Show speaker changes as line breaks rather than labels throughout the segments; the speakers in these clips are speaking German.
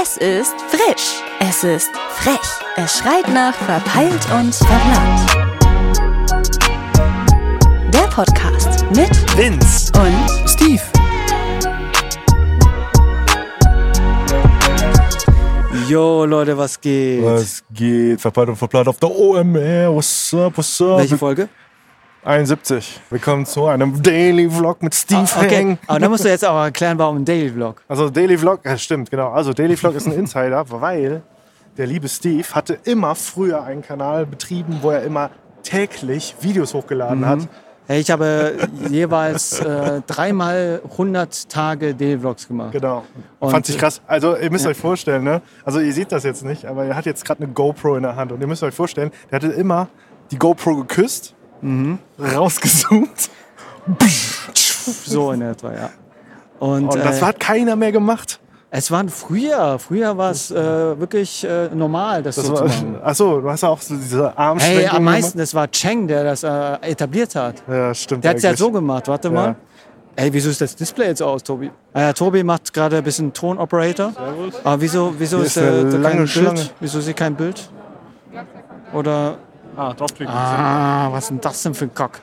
Es ist frisch. Es ist frech. Es schreit nach verpeilt und verblannt. Der Podcast mit
Vince
und
Steve. Yo, Leute, was geht?
Was geht? Verpeilt und verplant auf der OMR. What's up, what's up?
Welche Folge?
71. Willkommen zu einem Daily Vlog mit Steve
Ah, okay.
Hang.
Aber da musst du jetzt auch erklären, warum ein Daily Vlog.
Also Daily Vlog, ja, stimmt, genau. Also Daily Vlog ist ein Insider, weil der liebe Steve hatte immer früher einen Kanal betrieben, wo er immer täglich Videos hochgeladen
Mhm.
hat.
Hey, ich habe jeweils äh, dreimal 100 Tage Daily Vlogs gemacht.
Genau.
Und- äh,
Fand ich krass. Also ihr müsst euch vorstellen, ne? Also ihr seht das jetzt nicht, aber er hat jetzt gerade eine GoPro in der Hand und ihr müsst euch vorstellen, der hatte immer die GoPro geküsst,
Mhm.
rausgezoomt
So in etwa, ja. Und,
Oh, und das
äh,
hat keiner mehr gemacht.
es waren früher, früher war es äh, wirklich äh, normal, das,
Das
so zu machen.
war, ach so, du hast ja auch so diese Armschwenkungen
Hey, am meisten, das war Cheng, der das äh, etabliert hat.
Gemacht. Ja, stimmt.
Der hat es ja
eigentlich.
so gemacht, warte mal. Ey, wieso ist das Display jetzt aus, Tobi? Ah ja, Tobi macht gerade ein bisschen Tonoperator. Aber wieso, wieso
Hier
ist,
ist
äh,
eine
da
lange
kein
Schlange.
Bild? Wieso ist hier kein Bild? Oder.
Ah, draufklicken.
Ah, was ist denn das denn für ein Kack?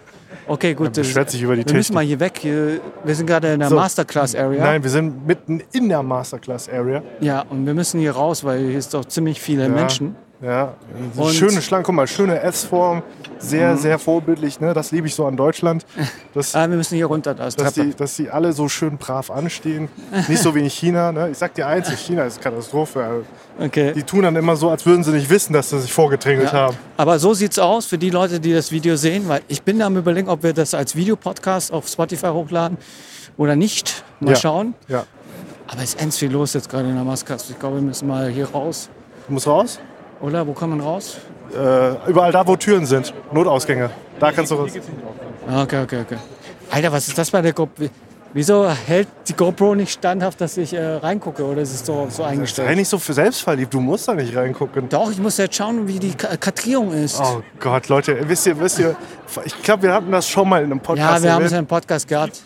Okay, gut. das-
beschwert sich über die
Wir müssen
Technik.
mal hier weg. Hier, wir sind gerade in der
So.
Masterclass-Area.
Nein, wir sind mitten in der Masterclass-Area.
Ja, und wir müssen hier raus, weil hier ist doch ziemlich viele Menschen.
Ja,
Und- Mhm.
schöne Schlange, guck mal, schöne S-Form, sehr, sehr vorbildlich. Ne? Das liebe ich so an Deutschland, dass,
Ah, wir müssen hier runter, da ist
dass,
Treppe.
die, dass die alle so schön brav anstehen. Nicht so wie in China. Ne? Ich sag dir eins, in China ist Katastrophe.
Okay.
Die tun dann immer so, als würden sie nicht wissen, dass sie sich vorgedrängelt
Ja.
haben.
Aber so sieht's aus für die Leute, die das Video sehen, weil ich bin da am überlegen, ob wir das als Videopodcast auf Spotify hochladen oder nicht. Mal
Ja.
schauen.
Ja.
Aber es ist ends viel los jetzt gerade in der Maskast. Ich glaube, wir müssen mal hier raus.
Du musst raus?
Oder? Wo kann man raus?
Äh, überall da, wo Türen sind, Notausgänge. Da kannst du raus.
Ah, Okay, okay, okay. Alter, was ist das bei der GoPro? Wieso hält die GoPro nicht standhaft, dass ich äh, reingucke? Oder ist es so, so
Sei
eingestellt?
nicht so selbstverliebt, du musst da nicht reingucken.
Doch, ich muss jetzt schauen, wie die Ka- Kartierung ist.
Oh Gott, Leute, wisst ihr, wisst ihr, ich glaube, wir hatten das schon mal in einem
ja,
Podcast,
wir haben es in
erwähnt,
einem Podcast gehabt.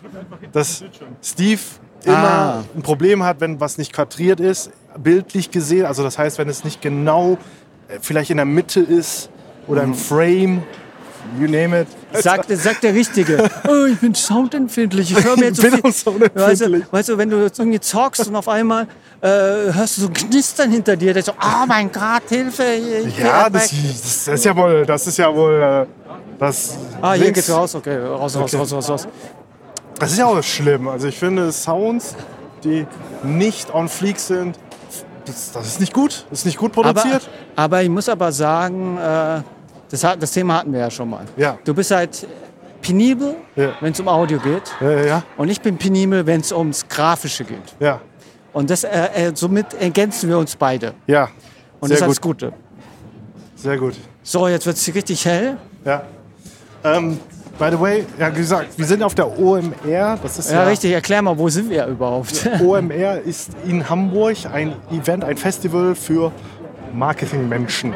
dass Steve immer
Ah.
ein Problem hat, wenn was nicht quadriert ist, bildlich gesehen. Also das heißt, wenn es nicht genau äh, vielleicht in der Mitte ist oder
Mhm.
im Frame, you name it.
Sagt, sagt der Richtige. Oh, ich bin soundempfindlich. Ich höre mir jetzt so
Ich bin
viel.
auch soundempfindlich.
Weißt du, weißt du, wenn du jetzt irgendwie zockst und auf einmal äh, hörst du so ein Knistern hinter dir, der so, oh mein Gott, Hilfe. ich
Ja,
werd
das,
weg."
das ist ja wohl, das ist ja wohl, äh, das,
Ah, hier
links-
geht's raus. Okay, raus, raus,
Okay.
raus, raus, raus.
das ist ja auch schlimm. Also ich finde Sounds, die nicht on fleek sind, das, das ist nicht gut, das ist nicht gut
Aber,
produziert.
aber ich muss aber sagen, äh, das, hat, das Thema hatten wir ja schon mal.
Ja.
Du bist halt penibel,
Ja.
wenn es um Audio geht.
Ja, ja, ja,
Und ich bin penibel, wenn es ums Grafische geht.
ja,
Und das, äh, äh, somit ergänzen wir uns beide.
ja.
Und
sehr
das ist
gut,
das Gute.
sehr gut.
So, jetzt wird es richtig hell.
Ja. Ähm, by the way, ja wie gesagt, wir sind auf der OMR. Das ist
Ja, richtig. Erklär mal, wo sind wir überhaupt?
OMR ist in Hamburg ein Event, ein Festival für Marketingmenschen.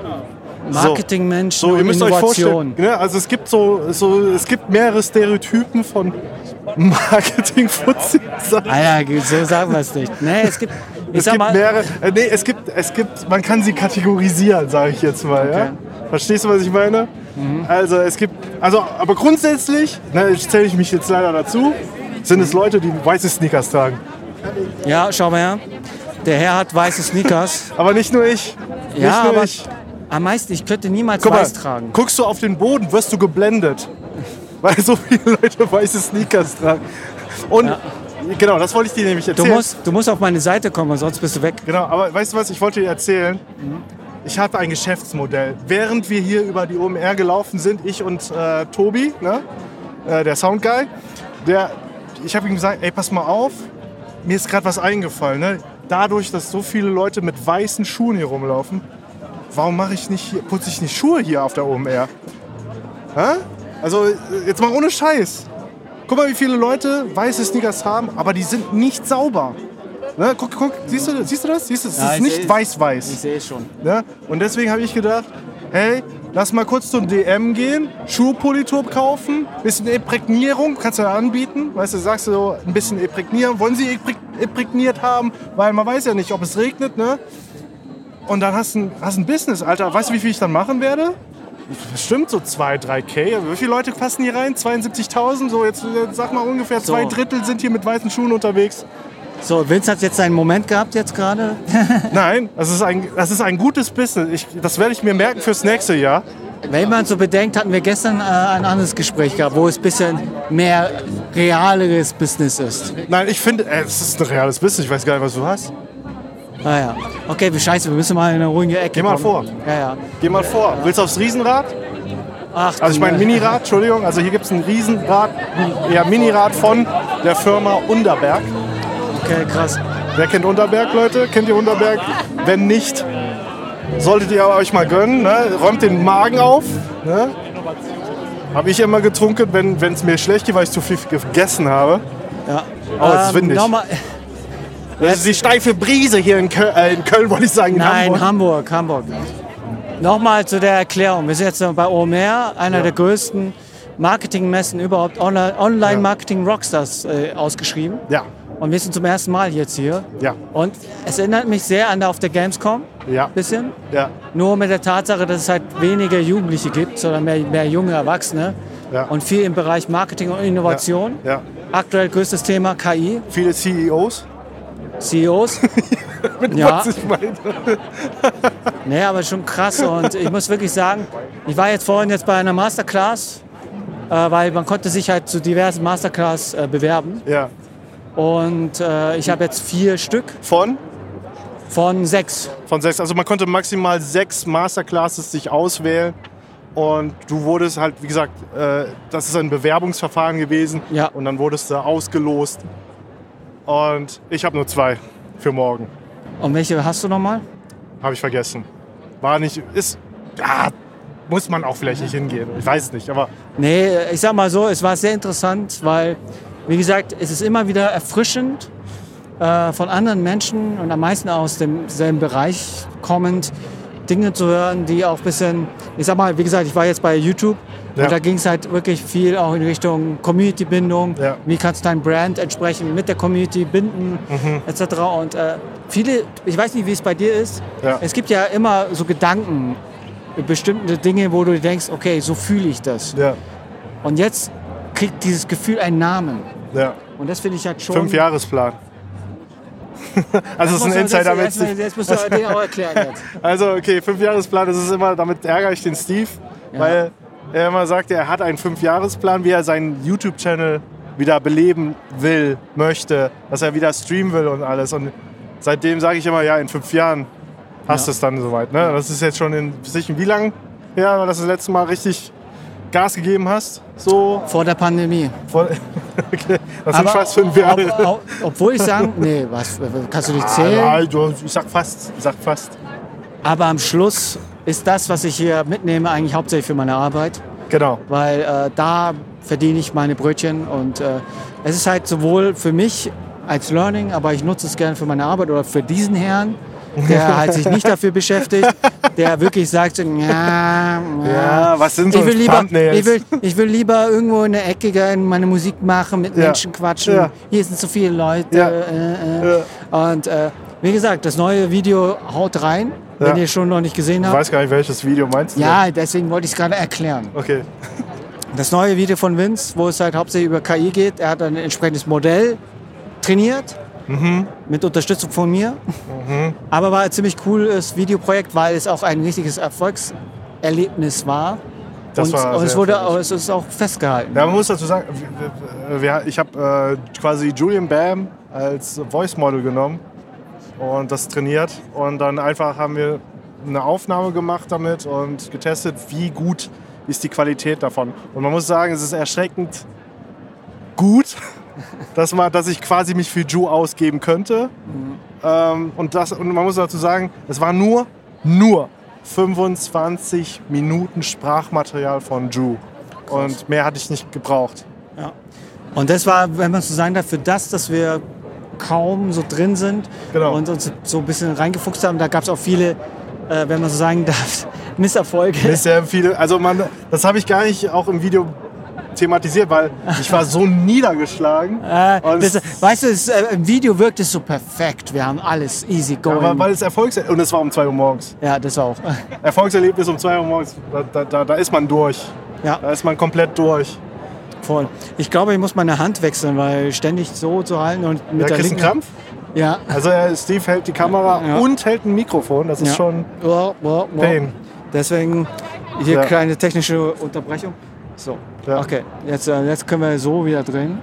Marketingmenschen
So, ihr
und
müsst euch vorstellen,
Innovation.
ne, also es gibt so, so, es gibt mehrere Stereotypen von marketing Sachen.
Alter, Ah so sagen wir es nicht. Nee, es gibt, ich
Es
sag
gibt
mal,
mehrere, äh, nee, es gibt, es gibt, man kann sie kategorisieren, sage ich jetzt mal. Ja? Verstehst du, was ich meine?
Mhm.
Also es gibt, also aber grundsätzlich, ne, zähle ich mich jetzt leider dazu, sind es Leute, die weiße Sneakers tragen.
ja, schau mal her. Der Herr hat weiße Sneakers.
Aber nicht nur ich.
ja,
nicht nur
aber
ich.
am meisten, ich könnte niemals
Guck mal,
weiß tragen.
guckst du auf den Boden, wirst du geblendet. Weil so viele Leute weiße Sneakers tragen. Und genau, das wollte ich dir nämlich
Du
erzählen.
musst, du musst auf meine Seite kommen, sonst bist du weg.
Genau, aber weißt du was, ich wollte dir erzählen, ich hatte ein Geschäftsmodell. Während wir hier über die OMR gelaufen sind, ich und äh, Tobi, ne? äh, der Soundguy, der, ich habe ihm gesagt, ey, pass mal auf, mir ist gerade was eingefallen. Ne? Dadurch, dass so viele Leute mit weißen Schuhen hier rumlaufen, warum mache ich nicht, hier- putze ich nicht Schuhe hier auf der OMR? Hä? Also äh, jetzt mal ohne Scheiß. Guck mal, wie viele Leute weiße Sneakers haben, aber die sind nicht sauber. Ne? Guck, guck, siehst du, siehst du das? Siehst du, es
Ja,
ist
ich
nicht
seh's.
weiß-weiß.
sehe schon.
Ne? Und deswegen habe ich gedacht, hey, lass mal kurz zum DM gehen, Schuhpolitur kaufen, bisschen Imprägnierung, kannst du da anbieten. Weißt du, sagst du so, ein bisschen imprägnieren. Wollen Sie impräg- imprägniert haben, weil man weiß ja nicht, ob es regnet, ne? Und dann hast du ein, hast ein Business, Alter. Weißt du, wie viel ich dann machen werde? Bestimmt so 2, 3K. Wie viele Leute passen hier rein? 72.000? So, jetzt, jetzt sag mal ungefähr
So.
zwei Drittel sind hier mit weißen Schuhen unterwegs.
So, Vince hat jetzt seinen Moment gehabt jetzt gerade.
Nein, das ist ein, das ist ein gutes Business. Ich, das werde ich mir merken fürs nächste Jahr.
Wenn man so bedenkt, hatten wir gestern äh, ein anderes Gespräch gehabt, wo es ein bisschen mehr realeres Business ist.
Nein, ich finde, äh, es ist ein reales Business. Ich weiß gar nicht, was du hast.
Ah ja. Okay, wie scheiße, wir müssen mal in eine ruhige Ecke
Geh mal
kommen.
vor.
Ja, ja.
Geh mal vor. Willst du aufs Riesenrad?
Ach,
Also ich meine
du-
Minirad, Entschuldigung. Also hier gibt es ein Riesenrad, ja Minirad von der Firma Unterberg.
Okay, krass.
Wer kennt Unterberg, Leute? Kennt ihr Unterberg? Wenn nicht, solltet ihr euch mal gönnen. Ne? Räumt den Magen auf. Ne? Habe ich immer getrunken, wenn es mir schlecht geht, weil ich zu viel gegessen habe.
Ja. Ähm,
Oh, es ist windig.
nochmal-
Das ist die steife Brise hier in Köln, äh, in Köln wollte ich sagen. In
Nein,
Hamburg.
Hamburg, Hamburg. Nochmal zu der Erklärung. Wir sind jetzt noch bei OMR, einer der größten Marketingmessen überhaupt, Onla- Online-Marketing-Rockstars äh, ausgeschrieben.
Ja,
Und wir sind zum ersten Mal jetzt hier.
ja,
Und es erinnert mich sehr an auf der Gamescom,
ja,
ein bisschen.
ja,
Nur mit der Tatsache, dass es halt weniger Jugendliche gibt, sondern mehr, mehr junge Erwachsene.
Ja.
Und viel im Bereich Marketing und Innovation.
ja.
Aktuell größtes Thema KI,
Viele E CEOs.
CEOs. ja, Ah.
Was ich meine.
nee, aber schon krass. Und ich muss wirklich sagen, ich war jetzt vorhin jetzt bei einer Masterclass, äh, weil man konnte sich halt zu diversen Masterclass äh, bewerben.
Ja.
Und äh, ich habe jetzt vier Stück
Von?
von sechs.
Von sechs. Also man konnte maximal sechs Masterclasses sich auswählen. Und du wurdest halt, wie gesagt, äh, das ist ein Bewerbungsverfahren gewesen.
Ja.
Und dann wurdest du ausgelost. Und ich habe nur zwei für morgen.
Und welche hast du nochmal?
Habe ich vergessen. War nicht, ist, ah, muss man auch vielleicht nicht hingehen. Ich weiß es nicht, aber
Nee, ich sag mal so, es war sehr interessant, weil, wie gesagt, es ist immer wieder erfrischend, äh, von anderen Menschen und am meisten aus demselben Bereich kommend, Dinge zu hören, die auch ein bisschen, ich sag mal, wie gesagt, ich war jetzt bei YouTube
Ja.
und da ging es halt wirklich viel auch in Richtung Community-Bindung,
Ja.
wie kannst du dein Brand entsprechend mit der Community binden,
Mhm.
etc. Und äh, viele, ich weiß nicht, wie es bei dir ist,
Ja.
es gibt ja immer so Gedanken, bestimmte Dinge, wo du denkst, okay, so fühle ich das.
ja,
Und jetzt kriegt dieses Gefühl einen Namen.
ja.
Und das finde ich halt schon.
Fünf Jahresplan. also das ist ein Insider
jetzt,
mit.
jetzt, jetzt musst du den auch erklären jetzt.
Also okay, fünf Jahresplan, das ist immer, damit ärgere ich den Steve,
Ja.
weil er immer sagt, er hat einen fünf Jahresplan, wie er seinen YouTube Channel wieder beleben will, möchte, dass er wieder streamen will und alles und seitdem sage ich immer, ja, in fünf Jahren hast du es dann soweit, ne? Das ist jetzt schon in sicher wie lang her, dass du das letzte Mal richtig Gas gegeben hast, so
Vor der Pandemie.
von, okay, das sind fast fünf Jahre.
Ob, ob, obwohl ich sagen, nee, was, kannst du nicht
Ah,
zählen.
nein, du- ich sag fast, ich sag fast.
Aber am Schluss ist das, was ich hier mitnehme, eigentlich hauptsächlich für meine Arbeit.
Genau.
Weil äh, da verdiene ich meine Brötchen. Und äh, es ist halt sowohl für mich als Learning, aber ich nutze es gerne für meine Arbeit oder für diesen Herrn. Der halt sich nicht dafür beschäftigt, der wirklich sagt, so, ja, ja,
Ja, was sind so
Ich will, lieber,
Thumbnails?
ich, will, ich will lieber irgendwo in der Ecke gehen, meine Musik machen, mit
Ja.
Menschen quatschen.
Ja.
Hier sind so viele Leute.
Ja.
Äh, äh. Und äh, wie gesagt, das neue Video haut rein,
Ja.
wenn ihr schon noch nicht gesehen
Ich
habt.
weiß gar nicht, welches Video meinst du?
ja, deswegen wollte ich es gerade erklären.
Okay.
Das neue Video von Vince, wo es halt hauptsächlich über KI geht, er hat ein entsprechendes Modell trainiert,
Mhm.
mit Unterstützung von mir. Aber war ein ziemlich cooles Videoprojekt, weil es auch ein richtiges Erfolgserlebnis war.
Das
und
war
und es
sehr
wurde
erfolgreich.
es ist auch festgehalten.
Ja, man muss dazu sagen, wir- wir- wir- ich habe äh, quasi Julian Bam als Voice Model genommen und das trainiert. Und dann einfach haben wir eine Aufnahme gemacht damit und getestet, wie gut ist die Qualität davon. Und man muss sagen, es ist erschreckend gut, dass, man, dass ich quasi mich für Ju ausgeben könnte. Ähm, und, das, und man muss dazu sagen, es war nur, nur 25 Minuten Sprachmaterial von Ju. Und mehr hatte ich nicht gebraucht.
Und das war, wenn man so sagen darf, für das, dass wir kaum so drin sind
Genau.
und uns so ein bisschen reingefuchst haben, da gab es auch viele, äh, wenn man so sagen darf, Misserfolge.
Bisher viele, also man, das habe ich gar nicht auch im Video thematisiert, weil ich war so niedergeschlagen.
Äh,
Und-
das, weißt du, es, äh, im Video wirkt es so perfekt. Wir haben alles easy going.
Aber weil es Erfolgs und es war um 2 Uhr morgens.
ja, das auch.
Erfolgserlebnis um 2 Uhr morgens, da, da, da, da ist man durch.
Ja.
Da ist man komplett durch.
Voll. Ich glaube, ich muss meine Hand wechseln, weil ständig so zu halten und mit
Da
der
kriegst du
linken
einen Krampf.
Ja.
Also äh, Steve hält die Kamera
Ja.
und hält ein Mikrofon. Das ist
ja.
schon.
Wow, wow, wow.
Pain.
Deswegen hier
Ja.
kleine technische Unterbrechung. So.
Ja.
Okay, jetzt, äh, jetzt können wir so wieder drehen.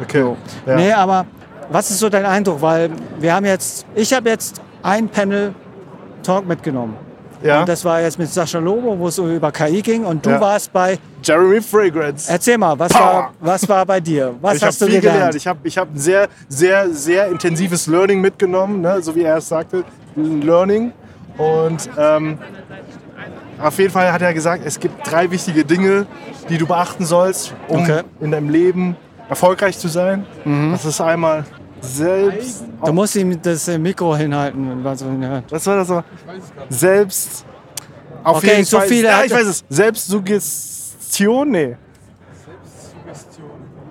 Okay. Ja.
Nee, aber was ist so dein Eindruck? Weil wir haben jetzt, ich habe jetzt ein Panel Talk mitgenommen.
ja.
Und das war jetzt mit Sascha Lobo, wo es über KI ging. Und du
Ja.
warst bei,
Jeremy Fragrance.
erzähl mal, was,
Power.
war, was war bei dir? Was
ich habe
Äh, hast
viel
du
gelernt.
gelernt?
Ich habe ich hab ein sehr, sehr, sehr intensives Learning mitgenommen, ne? so wie er es sagte. ein Learning. Und ähm, auf jeden Fall hat er gesagt, es gibt drei wichtige Dinge, die du beachten sollst, um
Okay. Mhm.
in deinem Leben erfolgreich zu sein. Das ist einmal selbst.
Du musst ihm das äh, Mikro hinhalten, was man hört.
Was war das noch? Selbst. Auf
Okay,
jeden
so
Fall.
viele-
ja, ich weiß es. Selbstsuggestion? Nee.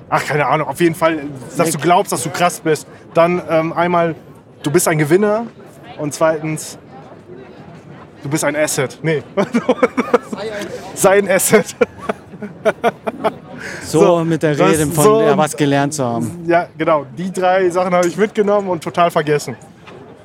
Ach, keine Ahnung. Auf jeden Fall, dass
Nee.
du glaubst, dass du krass bist. Dann ähm, einmal, du bist ein Gewinner. Und zweitens, du bist ein Asset. Nee. Sei ein Asset.
So,
So,
mit der
das-
Rede von
so
ja,
und-
was gelernt zu haben.
Ja, genau. Die drei Sachen habe ich mitgenommen und total vergessen.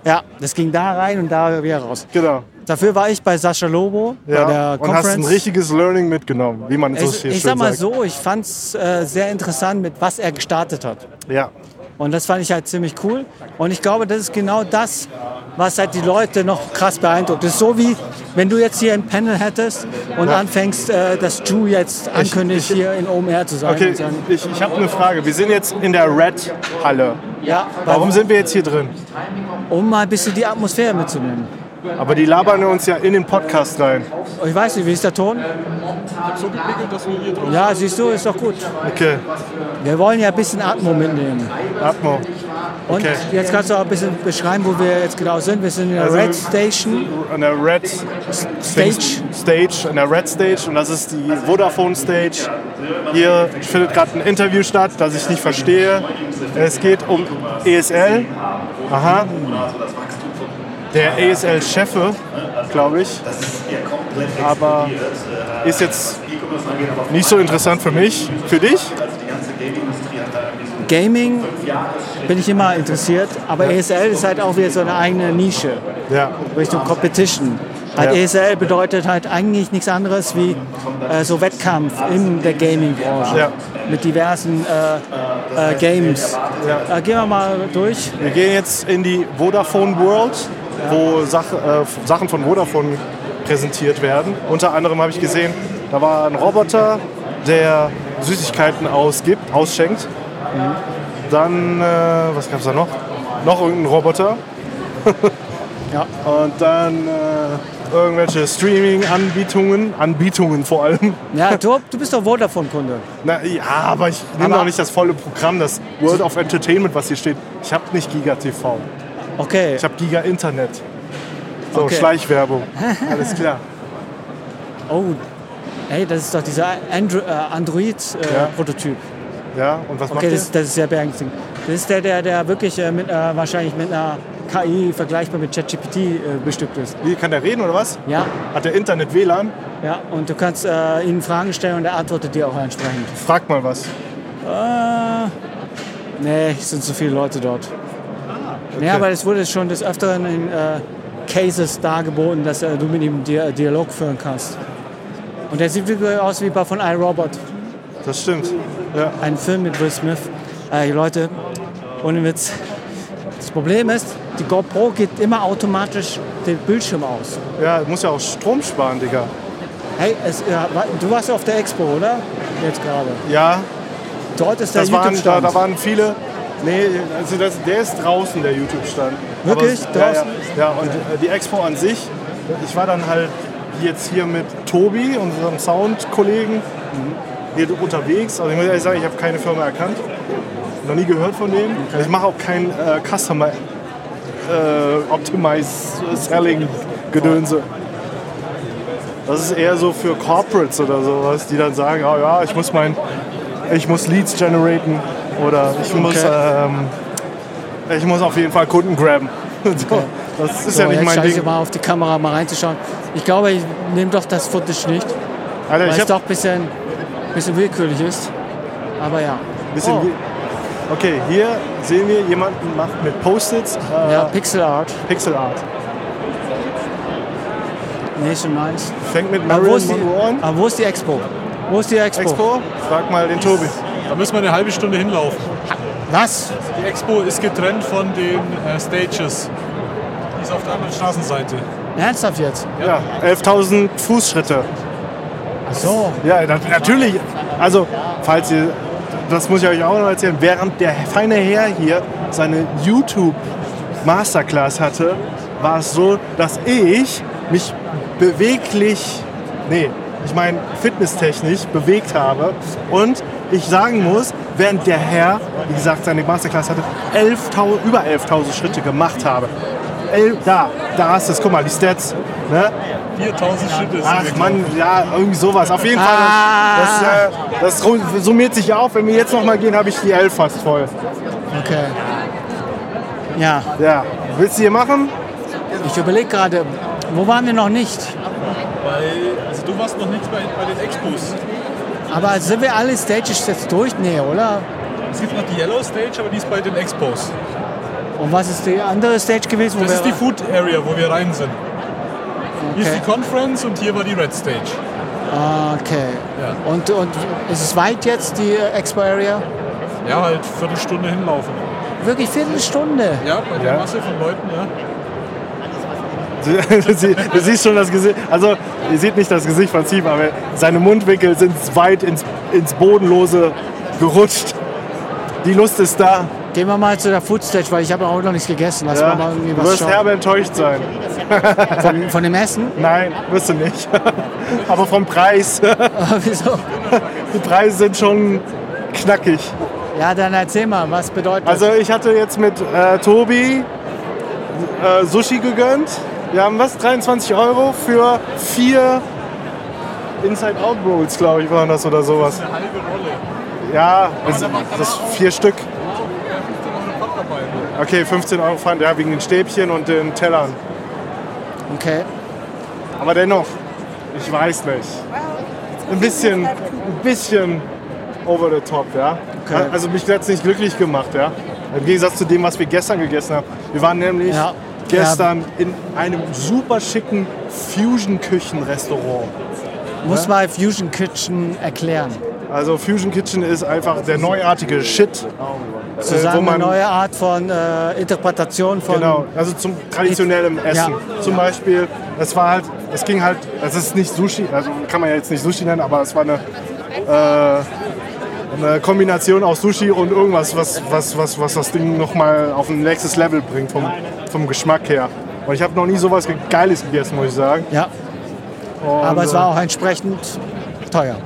Ja, das ging da rein und da wieder raus.
Genau.
Dafür war ich bei Sascha Lobo bei
Ja.
der
Und hast
Conference.
ein richtiges Learning mitgenommen, wie man es so
ich,
hier
ich
schön
sag mal
sagt.
so, ich fand es äh, sehr interessant, mit was er gestartet hat.
Ja.
Und das fand ich halt ziemlich cool. Und ich glaube, das ist genau das, was halt die Leute noch krass beeindruckt. Das ist so wie, wenn du jetzt hier ein Panel hättest und
Ja.
anfängst, äh, dass Ju jetzt ankündigt,
ich-
hier in OMR zu sein.
Okay,
Und sagen,
ich, ich habe eine Frage. Wir sind jetzt in der Red-Halle.
ja,
Warum sind wir jetzt hier drin?
um mal ein bisschen die Atmosphäre mitzunehmen.
Aber die labern uns ja in den Podcast rein.
Und Ich weiß nicht, wie ist der Ton? Ja, siehst du, ist doch gut.
Okay,
Wir wollen ja ein bisschen Atmo mitnehmen.
Atmo.
Und
Okay.
jetzt kannst du auch ein bisschen beschreiben, wo wir jetzt genau sind. Wir sind in der
Also-
Red Station
An der Red
Stage.
Stage, an der Red Stage und das ist die Vodafone Stage. Hier findet gerade ein Interview statt, das ich nicht verstehe. Es geht um ESL. Aha. Der ESL-Chefe, glaube ich. Aber ist jetzt nicht so interessant für mich. Für dich?
Gaming bin ich immer interessiert, aber ESL ist halt auch wieder so eine eigene Nische
Ja.
Richtung Competition. Halt
Ja.
ESL bedeutet halt eigentlich nichts anderes wie äh, so Wettkampf in der Gaming-Branche
Ja.
mit diversen äh, äh, Games.
Ja.
Äh, gehen wir mal durch.
Wir gehen jetzt in die Vodafone World, wo Sach äh, Sachen von Vodafone präsentiert werden. Unter anderem habe ich gesehen, da war ein Roboter, der Süßigkeiten ausgibt, ausschenkt. Dann, äh, was gab es da noch? Noch irgendein Roboter.
Ja.
Und dann äh, irgendwelche Streaming-Anbietungen, Anbietungen vor allem.
Ja, du, du bist doch Vodafone-Kunde.
Na, ja, aber ich nehme
Aber-
noch nicht das volle Programm, das World of Entertainment, was hier steht. Ich habe nicht Giga TV.
Okay.
Ich habe Giga Internet. So,
Okay.
Schleichwerbung. Alles klar.
Oh, hey, das ist doch dieser Andro äh,
Ja.
Android-Prototyp.
Ja, und was
okay,
macht ihr?
das, ist- das ist sehr beängstigend. Das ist der, der, der wirklich äh, mit, äh, wahrscheinlich mit einer KI vergleichbar mit ChatGPT äh, bestückt ist.
Wie, kann der reden oder was?
Ja,
Hat der Internet WLAN?
ja. Und du kannst äh, ihnen Fragen stellen und er antwortet dir auch entsprechend.
Frag mal was.
Äh, nee, es sind zu viele Leute dort. Nee, aber es wurde schon des Öfteren in äh, Cases dargeboten, dass äh, du mit ihm Dia Dialog führen kannst. Und der sieht wirklich aus wie bei von iRobot.
Das stimmt. Ja.
Ein Film mit Will Smith. Äh, Leute, ohne Witz. Das Problem ist, die GoPro geht immer automatisch den Bildschirm aus.
ja, muss ja auch Strom sparen, Digga.
Hey, es, ja, wa- du warst auf der Expo, oder? Jetzt gerade.
Ja,
Dort ist der
das waren, da,
YouTube-Stand.
da waren viele. Nee, also das, der ist draußen, der YouTube-Stand.
Wirklich?
Aber, ja, ja,
Draußen?
ja, und äh, die Expo an sich, ich war dann halt jetzt hier mit Tobi, unserem Sound-Kollegen, mhm, hier unterwegs. Also ich muss ehrlich sagen, ich habe keine Firma erkannt. Noch nie gehört von denen. Ich mache auch kein äh, Customer äh, Optimized Selling Gedönse. Das ist eher so für Corporates oder sowas, die dann sagen, oh ja, ah ich muss mein ich muss Leads generieren oder ich muss, ähm, ich muss auf jeden Fall Kunden graben. So, Das ist
So,
ja nicht
jetzt
mein
schalte ich
Ding.
mal auf die Kamera mal reinzuschauen. Ich glaube, ich nehme doch das Footage nicht,
Alter,
weil
ich
es
hab
doch ein bisschen, bisschen willkürlich ist. Aber ja.
bisschen
oh,
wie- Okay, hier sehen wir jemanden macht mit Post-its äh,
ja, Pixel Art.
Pixel Art.
Nee, schon nice.
Fängt mit
Aber wo,
Marilyn
ist die,
Monroe an.
aber wo ist die Expo? Wo ist die Expo?
Expo, frag mal den Tobi.
Da müssen wir eine halbe Stunde hinlaufen.
Was?
Die Expo ist getrennt von den äh, Stages. Die ist auf der anderen Straßenseite.
Ernsthaft jetzt?
Ja, 11.000 Fußschritte.
Ach so.
Ja, na- natürlich. Also, falls ihr, das muss ich euch auch noch erzählen, während der feine Herr hier seine YouTube Masterclass hatte, war es so, dass ich mich beweglich, nee, ich meine fitnesstechnisch bewegt habe und ich sagen muss, während der Herr, wie gesagt, seine Masterclass hatte, 11.000, über 11.000 Schritte gemacht habe. El, da, da hast du es, guck mal, die Stats. Ne?
4000 Schritte ist
Ach
sie
Mann, ja, irgendwie sowas. Auf jeden Fall, das, das, äh, das ru- summiert sich auf. Wenn wir jetzt nochmal gehen, habe ich die L fast voll.
Okay. Ja,
Ja, willst du hier machen?
ich überlege gerade, wo waren wir noch nicht?
Weil, also du warst noch nicht bei, bei den Expos.
Aber sind wir alle Stages jetzt durch? Nee, oder?
Es gibt noch die Yellow Stage, aber die ist bei den Expos.
Und was ist die andere Stage gewesen? Wo
Das
wir
ist die Food Area, wo wir rein sind. Hier ist
Okay.
die Conference und hier war die Red Stage.
Ah, okay.
Ja.
Und, und ist es weit jetzt, die äh, Expo Area?
Ja, halt Viertelstunde hinlaufen.
Wirklich Viertelstunde.
Ja, bei der
Ja.
Masse von Leuten, ja.
Du, sie- du siehst schon das Gesicht. Also, ihr seht nicht das Gesicht von Steve, aber seine Mundwinkel sind weit ins, ins Bodenlose gerutscht. Die Lust ist da.
Gehen wir mal zu der Food Stage, weil ich habe auch noch nichts gegessen. Lass
Ja.
mal mal irgendwie
Du
was
wirst
schauen.
herbe enttäuscht sein.
Von, von dem Essen?
Nein, wirst du nicht. aber vom Preis.
Wieso?
Die Preise sind schon knackig.
Ja, dann erzähl mal, was bedeutet das?
Also ich hatte jetzt mit äh, Tobi äh, Sushi gegönnt. Wir haben was? 23 Euro für vier Inside-Out-Rolls, glaube ich, waren das oder sowas.
Eine halbe Rolle.
Ja, das, das vier Stück.
Ja, 15 Euro Pott dabei.
Okay, 15 Euro Pfand, ja, wegen den Stäbchen und den Tellern.
Okay.
Aber dennoch, ich weiß nicht. Ein bisschen, ein bisschen over the top, ja.
Okay.
Also mich hat es nicht glücklich gemacht, ja. Im Gegensatz zu dem, was wir gestern gegessen haben. Wir waren nämlich
Ja.
gestern in einem super schicken Fusion-Küchen-Restaurant.
Muss mal Fusion Kitchen erklären.
Also Fusion Kitchen ist einfach der neuartige Shit. äh,
Zusammen eine neue Art von äh, Interpretation von.
Genau, also zum traditionellen Essen.
Ja.
Zum Beispiel, es war halt, es ging halt, es ist nicht Sushi, also kann man ja jetzt nicht Sushi nennen, aber es war eine, äh, eine Kombination aus Sushi und irgendwas, was, was, was, was das Ding nochmal auf ein nächstes Level bringt vom, vom Geschmack her. Und ich habe noch nie sowas ge- Geiles gegessen, muss ich sagen.
Ja,
Und,
aber es
äh,
war auch entsprechend teuer.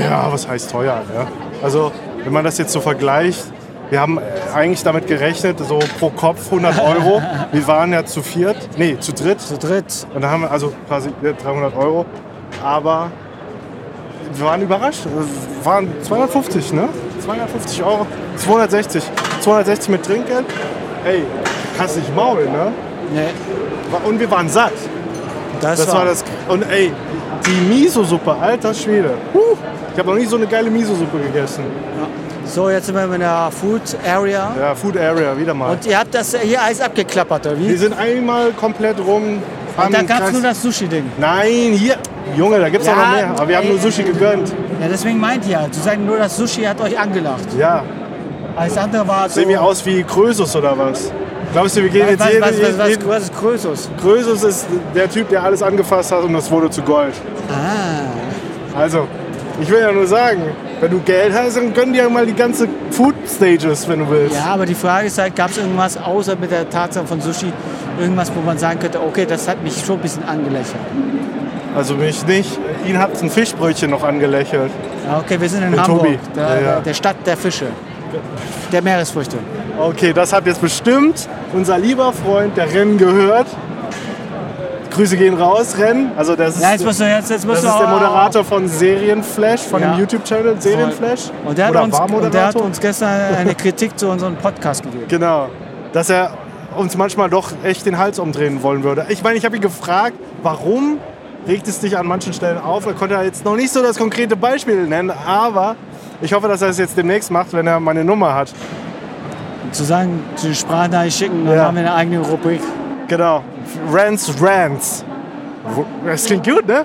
Ja, was heißt teuer? Ne? Also, wenn man das jetzt so vergleicht, wir haben äh, eigentlich damit gerechnet, so pro Kopf 100 Euro. Wir waren ja zu viert, nee, zu dritt.
Zu dritt.
Und da haben wir also quasi ja, 300 Euro. Aber wir waren überrascht. Es waren 250, ne? 250 Euro. 260. 260 mit Trinkgeld. Ey, kannst nicht maulen, ne?
Nee,
Und wir waren satt.
das,
Das war das. Und ey, die Miso-Suppe, alter Schwede. Huh. Ich habe noch nie so eine geile Miso-Suppe gegessen.
So, jetzt sind wir in der Food Area.
Ja, Food Area, wieder mal.
Und ihr habt das hier alles abgeklappert, oder wie?
wir sind einmal komplett rum. haben
Und da gab
Kreis-
es nur das Sushi-Ding.
Nein, hier. Junge, da gibt's auch
Ja,
noch mehr. Aber wir haben
ey.
nur Sushi gegönnt.
Ja, deswegen meint ihr ja, zu sagen, nur das Sushi hat euch angelacht.
Ja.
Alles andere war so.
Sehen wir aus wie Krösus oder was? Glaubst du, wir gehen jetzt
was, was,
jeden,
was, was, was,
jeden,
was ist Krösus?
Krösus ist der Typ, der alles angefasst hat und das wurde zu Gold.
Ah,
Also, ich will ja nur sagen, wenn du Geld hast, dann gönn dir mal die ganze Food Stages, wenn du willst.
ja, aber die Frage ist halt, gab es irgendwas außer mit der Tatsache von Sushi, irgendwas, wo man sagen könnte, okay, das hat mich schon ein bisschen angelächelt.
Also mich nicht. Ihn hat's ein Fischbrötchen noch angelächelt.
Ja, Okay, wir sind in
Der Tobi.
Hamburg, der,
Ja, ja.
der- der Stadt der Fische, der Meeresfrüchte.
Okay, das hat jetzt bestimmt unser lieber Freund der Rennen gehört. Grüße gehen raus, Ren. Also das ist,
Ja, jetzt musst du jetzt, jetzt musst
das
du
ist der
auch-
Moderator von Serienflash, von
Ja.
dem YouTube-Channel Serienflash.
Und der, hat
Oder
uns,
war
und der hat
Moderator.
uns gestern eine Kritik zu unserem Podcast gegeben.
Genau. Dass er uns manchmal doch echt den Hals umdrehen wollen würde. Ich meine, ich habe ihn gefragt, warum regt es dich an manchen Stellen auf? Er konnte ja jetzt noch nicht so das konkrete Beispiel nennen, aber ich hoffe, dass er es jetzt demnächst macht, wenn er meine Nummer hat.
Zu sagen, zu Sprachnachricht schicken, dann
Ja.
haben wir eine eigene Rubrik.
Genau. Rants, Rants. Das klingt gut, ne?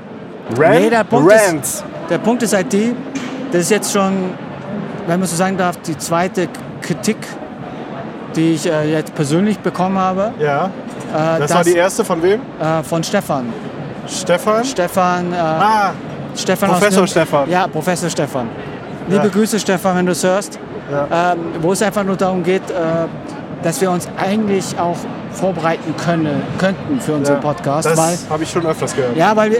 Nee,
Rant,
der Punkt ist-
Rants.
Der Punkt ist halt die, das ist jetzt schon, wenn man so sagen darf, die zweite Kritik, die ich äh, jetzt persönlich bekommen habe.
Ja,
Äh,
das,
dass-
war die erste von wem?
äh, von Stefan.
Stefan?
Stefan, äh,
ah,
Stefan
Professor
aus Nürn-
Stefan.
Ja, Professor Stefan. Liebe
Ja.
Grüße, Stefan, wenn du es hörst.
Ja.
Ähm, wo es einfach nur darum geht, äh, dass wir uns eigentlich auch vorbereiten können, könnten für unseren
ja.
Podcast. weil,
Das habe ich schon öfters gehört.
ja, weil wir,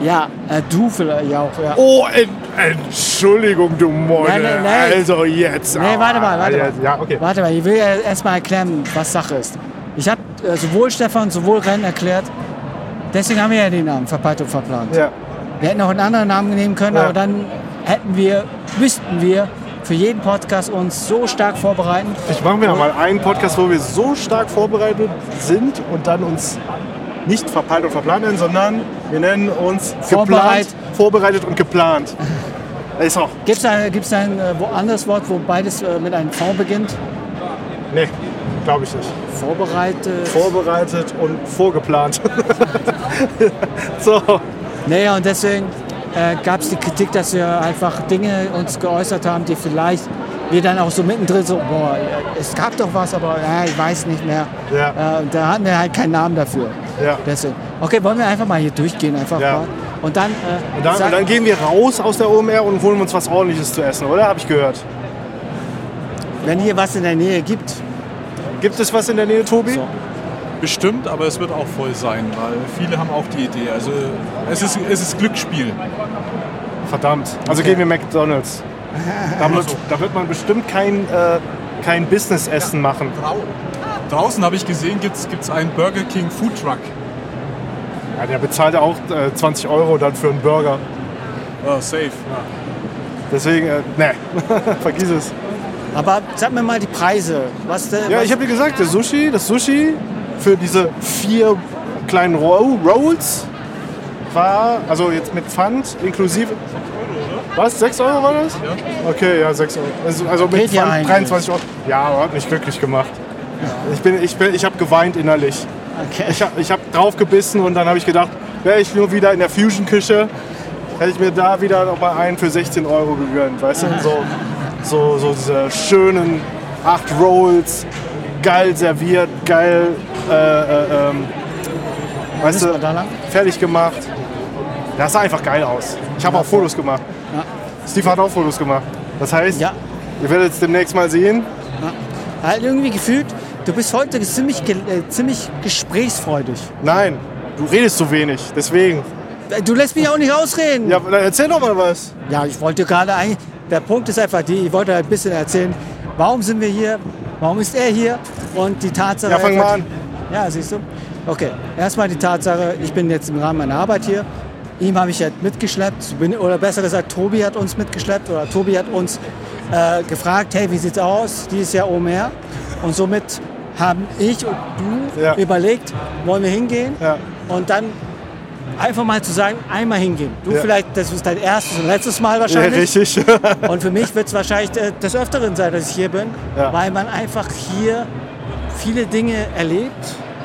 ja, äh, du vielleicht ja auch. Ja.
Oh, en Entschuldigung, du Mäule.
Nein, nein, nein.
Also jetzt.
Nee, warte mal, warte
Ja,
mal.
Ja, okay.
Warte mal, ich will ja erstmal erklären, was Sache ist. Ich habe äh, sowohl Stefan, sowohl Ren erklärt, deswegen haben wir ja den Namen Verpeilt und Verplant.
Ja,
Wir hätten auch einen anderen Namen nehmen können,
Ja.
aber dann hätten wir, müssten wir für jeden Podcast uns so stark vorbereiten.
ich mache mir noch mal einen Podcast, wo wir so stark vorbereitet sind und dann uns nicht verpeilt und verplant nennen, sondern wir nennen uns
Vorbereit-
geplant, vorbereitet und geplant. Ist auch.
Gibt es ein, gibt's ein äh, wo- anderes Wort, wo beides äh, mit einem V beginnt?
Nee, glaube ich nicht.
Vorbereitet.
Vorbereitet und vorgeplant. so.
Naja, und deswegen äh, gab es die Kritik, dass wir einfach Dinge uns geäußert haben, die vielleicht wir dann auch so mittendrin so, boah, äh, es gab doch was, aber ja, ich weiß nicht mehr.
Ja.
Äh, da hatten wir halt keinen Namen dafür.
Ja.
Deswegen. Okay, wollen wir einfach mal hier durchgehen, einfach
Ja.
mal. Und dann, äh,
Und dann,
sag-
und dann gehen wir raus aus der OMR und holen uns was ordentliches zu essen, oder? Habe ich gehört.
wenn hier was in der Nähe gibt.
Gibt es was in der Nähe, Tobi?
So.
Bestimmt, aber es wird auch voll sein, weil viele haben auch die Idee. Also es ist, es ist Glücksspiel.
Verdammt. Also gehen wir McDonalds. Da, wird, da wird man bestimmt kein, äh, kein Business-Essen machen.
Draußen habe ich gesehen, gibt es einen Burger King Food Truck.
Ja, der bezahlt ja auch äh, 20 Euro dann für einen Burger.
Ah, safe.
Deswegen, äh, ne, vergiss es.
Aber sag mir mal die Preise. Was denn?
Ja,
was,
ich habe dir gesagt, das Sushi, das Sushi für diese vier kleinen Ro oh, Rolls war, also jetzt mit Pfand inklusive. Was? 6 Euro war das?
Ja.
Okay, ja, 6 Euro. Also, also mit
Geht ja
Pfand
eigentlich.
23 Euro. Ja, aber hat mich glücklich gemacht. Ich, bin, ich, bin, ich habe geweint innerlich.
okay.
Ich habe ich hab drauf gebissen und dann habe ich gedacht, wäre ich nur wieder in der Fusion-Küche, hätte ich mir da wieder noch mal einen für 16 Euro gegönnt. Weißt du, so, so, so diese schönen acht Rolls, geil serviert, geil, äh, äh, ähm, weißt
Müssen wir da
du,
lang?
fertig gemacht. Das sah einfach geil aus. Ich habe auch Fotos gemacht.
Ja.
Steve hat auch Fotos gemacht. Das heißt,
Ja.
ihr werdet es demnächst mal sehen.
Halt irgendwie gefühlt, du bist heute ziemlich, ge- äh, ziemlich gesprächsfreudig.
Nein, du redest zu wenig, deswegen.
Äh, Du lässt mich auch nicht ausreden.
Ja, dann erzähl doch mal was.
Ja, ich wollte gerade eigentlich, der Punkt ist einfach die, ich wollte ein bisschen erzählen, warum sind wir hier, warum ist er hier und die Tatsache...
Ja, fang mal an.
Ja, siehst du? Okay, erstmal die Tatsache, ich bin jetzt im Rahmen meiner Arbeit hier, ihm habe ich ja mitgeschleppt, bin, oder besser gesagt, Tobi hat uns mitgeschleppt oder Tobi hat uns äh, gefragt, hey, wie sieht's aus, dieses Jahr Omer und somit haben ich und du
Ja.
überlegt, wollen wir hingehen
Ja.
und dann einfach mal zu sagen, einmal hingehen. Du
Ja.
vielleicht, das ist dein erstes und letztes Mal wahrscheinlich.
Ja, richtig.
Und für mich wird es wahrscheinlich äh, des Öfteren sein, dass ich hier bin,
Ja.
weil man einfach hier viele Dinge erlebt,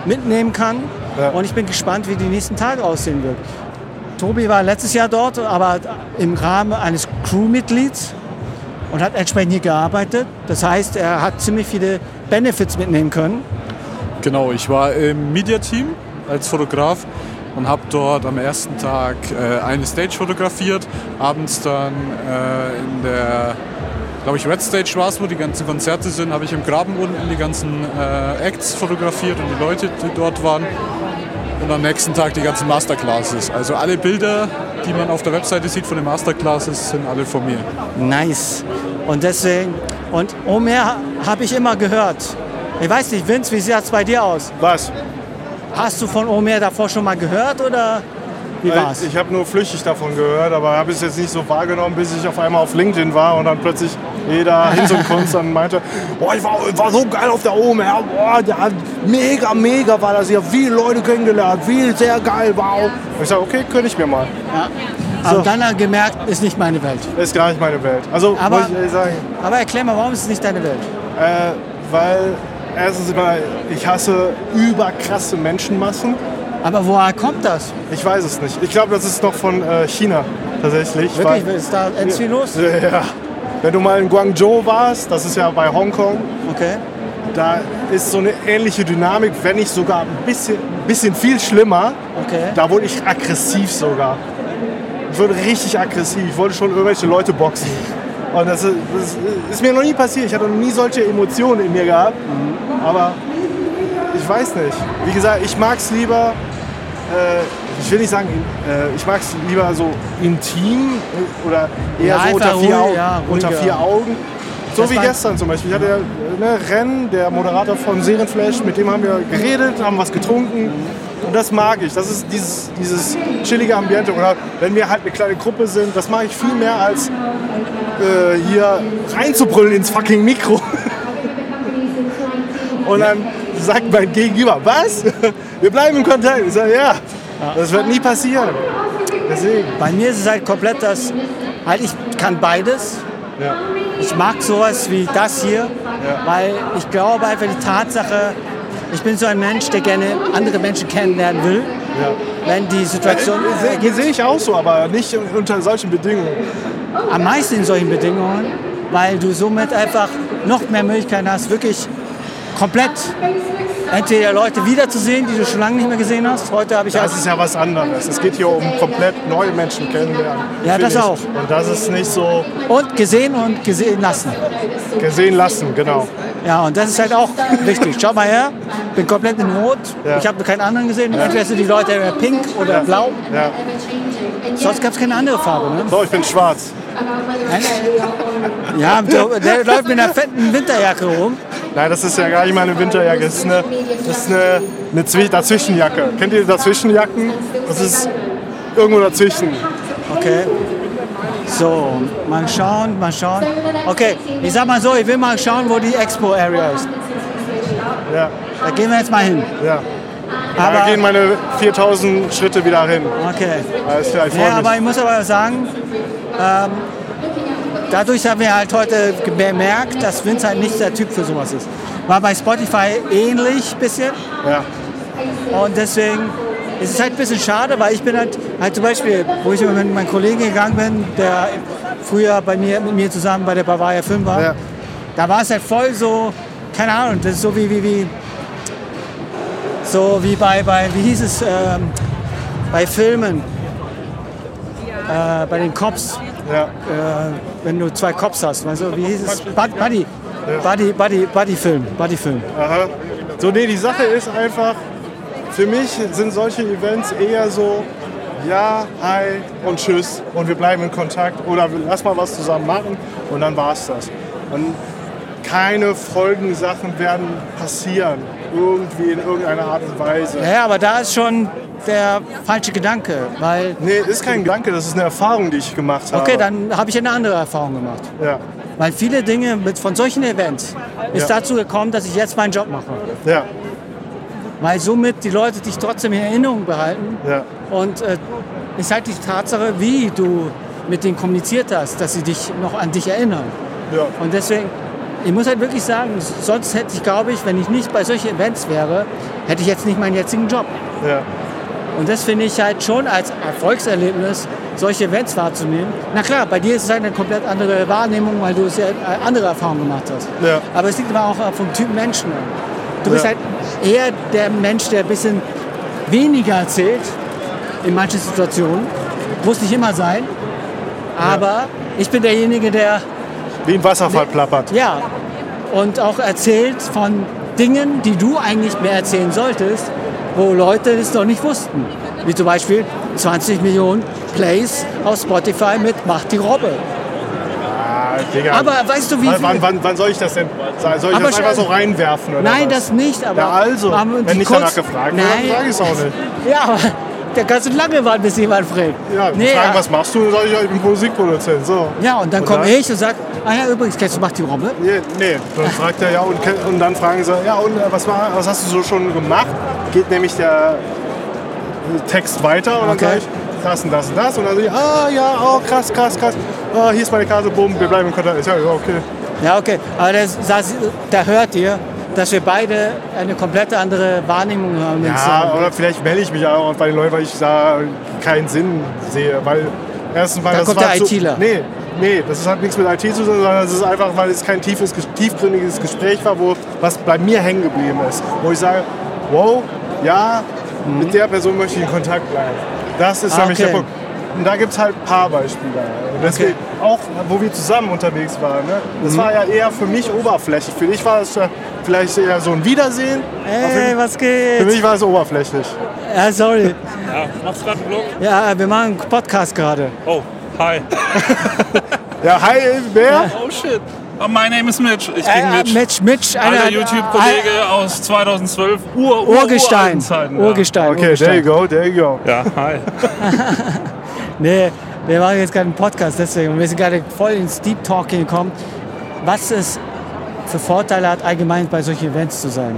mitnehmen kann.
Ja.
Und ich bin gespannt, wie die nächsten Tage aussehen wird. Tobi war letztes Jahr dort, aber im Rahmen eines Crewmitglieds und hat entsprechend hier gearbeitet. Das heißt, er hat ziemlich viele Benefits mitnehmen können.
Genau, ich war im Mediateam als Fotograf und habe dort am ersten Tag äh, eine Stage fotografiert, abends dann äh, in der, glaube ich, Red Stage war es, wo die ganzen Konzerte sind, habe ich im Graben unten die ganzen äh, Acts fotografiert und die Leute, die dort waren. Und am nächsten Tag die ganzen Masterclasses. Also alle Bilder, die man auf der Webseite sieht von den Masterclasses, sind alle von mir.
Nice. Und deswegen, und Omer habe ich immer gehört. Ich weiß nicht, Vince, wie sieht das bei dir aus?
Was?
Hast du von OMR davor schon mal gehört oder wie war's?
Ich, ich habe nur flüchtig davon gehört, aber habe es jetzt nicht so wahrgenommen, bis ich auf einmal auf LinkedIn war und dann plötzlich jeder hin und kunst dann meinte, "Oh, boah, ich war, war so geil auf der OMR, boah, der, mega, mega war das hier, viele Leute kennengelernt, viel, sehr geil, wow. Und ich sage, okay, könnte ich mir mal.
Aber dann äh, gemerkt, ist nicht meine Welt.
Ist gar nicht meine Welt. Also,
Aber-
muss ich ehrlich sagen,
Aber erklär mal, warum ist es nicht deine Welt?
äh, weil erstens mal, ich hasse überkrasse Menschenmassen.
Aber woher kommt das?
Ich weiß es nicht. Ich glaube, das ist noch von äh, China tatsächlich.
Wirklich,
weil-
ist da ganz viel los?
Ja. Wenn du mal in Guangzhou warst, das ist ja bei Hongkong,
Okay.
da ist so eine ähnliche Dynamik, wenn nicht sogar ein bisschen, ein bisschen viel schlimmer.
Okay.
Da wurde ich aggressiv sogar. Ich wurde richtig aggressiv. Ich wollte schon irgendwelche Leute boxen. Und das ist, das ist mir noch nie passiert. Ich hatte noch nie solche Emotionen in mir gehabt.
Mhm.
Aber ich weiß nicht. Wie gesagt, ich mag es lieber, äh, ich will nicht sagen, äh, ich mag es lieber so intim äh, oder eher
Ja,
so unter
einfach
vier,
ruhig,
Augen,
ja,
unter
ruhiger.
vier Augen. So
Das
wie
war-
gestern zum Beispiel. Ich hatte ja, äh, ne, Ren, der Moderator von Serienflash, mit dem haben wir geredet, haben was getrunken. Und das mag ich. Das ist dieses, dieses chillige Ambiente. Oder wenn wir halt eine kleine Gruppe sind, das mag ich viel mehr als äh, hier reinzubrüllen ins fucking Mikro. Und dann sagt mein Gegenüber, was? Wir bleiben im Kontakt. Ich sage, ja, das wird nie passieren. Deswegen.
Bei mir ist es halt komplett das, halt ich kann beides.
Ja.
Ich mag sowas wie das hier, weil ich glaube einfach die Tatsache, ich bin so ein Mensch, der gerne andere Menschen kennenlernen will,
Ja.
wenn die Situation
Sehe seh sehe ich auch so, aber nicht unter solchen Bedingungen.
am meisten in solchen Bedingungen, weil du somit einfach noch mehr Möglichkeiten hast, wirklich komplett entweder Leute wiederzusehen, die du schon lange nicht mehr gesehen hast. Heute habe ich
Das ist ja was anderes. Es geht hier um komplett neue Menschen kennenlernen.
Ja,
finde
das
ich.
auch.
Und das ist nicht so
und gesehen und gesehen lassen.
gesehen lassen, genau.
Ja, und das ist halt auch wichtig. Schau mal her, bin komplett in Rot.
Ja.
Ich habe keinen anderen gesehen. Entweder sind die Leute entweder pink oder blau.
Ja.
Sonst gab es keine andere Farbe. Ne?
So, ich bin schwarz.
Ja, der, der läuft mit einer fetten Winterjacke rum.
Nein, das ist ja gar nicht meine Winterjacke. Das ist eine, das ist eine, eine Zwi Dazwischenjacke. Kennt ihr Dazwischenjacken? Das ist irgendwo dazwischen.
Okay. So, mal schauen, mal schauen. Okay, ich sag mal so, ich will mal schauen, wo die Expo-Area ist.
Ja,
Da gehen wir jetzt mal hin.
ja. da gehen
Aber,
meine 4000 Schritte wieder hin.
okay.
Alles klar, ich freue
Ja, aber
mich.
ich muss aber sagen, ähm, dadurch haben wir halt heute bemerkt, dass Vince halt nicht der Typ für sowas ist. War bei Spotify ähnlich bisschen
Ja,
und deswegen ist es halt ein bisschen schade, weil ich bin halt, halt zum Beispiel, wo ich mit meinem Kollegen gegangen bin, der früher bei mir, mit mir zusammen bei der Bavaria 5 war,
ja.
da war es halt voll so, keine Ahnung, das ist so wie, wie, wie, so wie bei, bei wie hieß es, ähm, bei Filmen, äh, bei den Cops,
ja.
äh, wenn du zwei Cops hast, weißt du, wie hieß es, Bud- Buddy, Buddy, Buddy, Buddy-Film, Buddy-Film.
Aha. So, nee, die Sache ist einfach, für mich sind solche Events eher so, ja, hi und tschüss und wir bleiben in Kontakt oder wir- lass mal was zusammen machen und dann war's das. Und keine folgenden Sachen werden passieren, irgendwie in irgendeiner Art und Weise.
Ja, aber da ist schon der falsche Gedanke, weil,
Nee, ist kein Gedanke, das ist eine Erfahrung, die ich gemacht habe.
okay, dann habe ich eine andere Erfahrung gemacht.
Ja,
Weil viele Dinge mit, von solchen Events ist
Ja.
dazu gekommen, dass ich jetzt meinen Job mache.
ja,
Weil somit die Leute dich trotzdem in Erinnerung behalten
ja.
Und äh, ist halt die Tatsache, wie du mit denen kommuniziert hast, dass sie dich noch an dich erinnern.
ja.
Und deswegen, ich muss halt wirklich sagen, sonst hätte ich, glaube ich, wenn ich nicht bei solchen Events wäre, hätte ich jetzt nicht meinen jetzigen Job.
Ja,
Und das finde ich halt schon als Erfolgserlebnis, solche Events wahrzunehmen. Na klar, bei dir ist es halt eine komplett andere Wahrnehmung, weil du es ja äh, andere Erfahrungen gemacht hast.
Ja.
Aber es liegt aber auch äh, vom Typ Menschen an. Du bist
Ja.
halt eher der Mensch, der ein bisschen weniger erzählt in manchen Situationen. Muss nicht immer sein. Aber ich bin derjenige, der
wie ein Wasserfall plappert.
ja, und auch erzählt von Dingen, die du eigentlich mehr erzählen solltest, wo Leute es noch nicht wussten. Wie zum Beispiel 20 Millionen Plays auf Spotify mit Macht die Robbe.
Ah, Ja, Digga.
Aber weißt du, wie
wann,
viel-
wann, wann, wann soll ich das denn? Soll ich
Aber
das einfach
sch-
so reinwerfen? Oder
Nein,
was?
das nicht, aber.
Ja, also,
aber die
wenn nicht
Kunst-
danach gefragt wird, dann frage
Nein.
ich es auch nicht.
Ja, aber da kannst du lange warten, bis jemand fragt.
Ja,
Nee,
fragen,
ja.
was machst du? Dann sag ich, ja, ich bin Musikproduzent. So.
Ja, und dann
Und
komme
dann?
ich und sage, ah ja, übrigens, kennst du Mach die Robbe?
Nee, nee, dann fragt er ja und, ke- und dann fragen sie, ja und äh, was, war, was hast du so schon gemacht? Geht nämlich der Text weiter und dann
Okay.
sage ich, das und das und das und dann sage ich, ah ja, oh krass, krass, krass, Ah, hier ist meine Karte, bumm, wir bleiben in Kontakt. Ich sag, ja, okay.
Ja, okay. Aber das, das, da hört ihr, dass wir beide eine komplette andere Wahrnehmung haben.
Ja, oder vielleicht melde ich mich auch bei den Leuten, weil ich da keinen Sinn sehe. Weil erstens mal
Da
das
kommt
war
der
zu,
ITler.
Nee, nee, das hat nichts mit IT zu tun, sondern es ist einfach, weil es kein tiefes, ges- tiefgründiges Gespräch war, wo was bei mir hängen geblieben ist. Wo ich sage, wow, ja, mit der Person möchte ich in Kontakt bleiben. Das ist
Mhm. Ah,
nämlich
okay.
der Punkt. Und da gibt es halt ein paar Beispiele. Und deswegen, auch wo wir zusammen unterwegs waren, ne? das
Mhm.
war ja eher für mich oberflächlich. Für dich war es ja vielleicht eher so ein Wiedersehen.
Hey, was
Für
geht?
mich war es oberflächlich.
Ja, sorry.
Ja, machst gerade einen Vlog?
Ja, wir machen einen Podcast gerade.
Oh, hi.
Ja, hi, wer?
Oh shit. Oh, my name is Mitch. Ich bin
Äh,
Mitch.
Mitch, äh, Mitch, einer.
Alter YouTube-Kollege aus 2012. Ur,
Ur- Urgestein.
uralten Zeiten,
Urgestein.
Okay, there you
Urgestein.
go, there you go.
Ja. ja, hi.
Nee, wir machen jetzt gerade einen Podcast, deswegen. Wir sind gerade voll ins Deep Talking gekommen. Was es für Vorteile hat, allgemein bei solchen Events zu sein.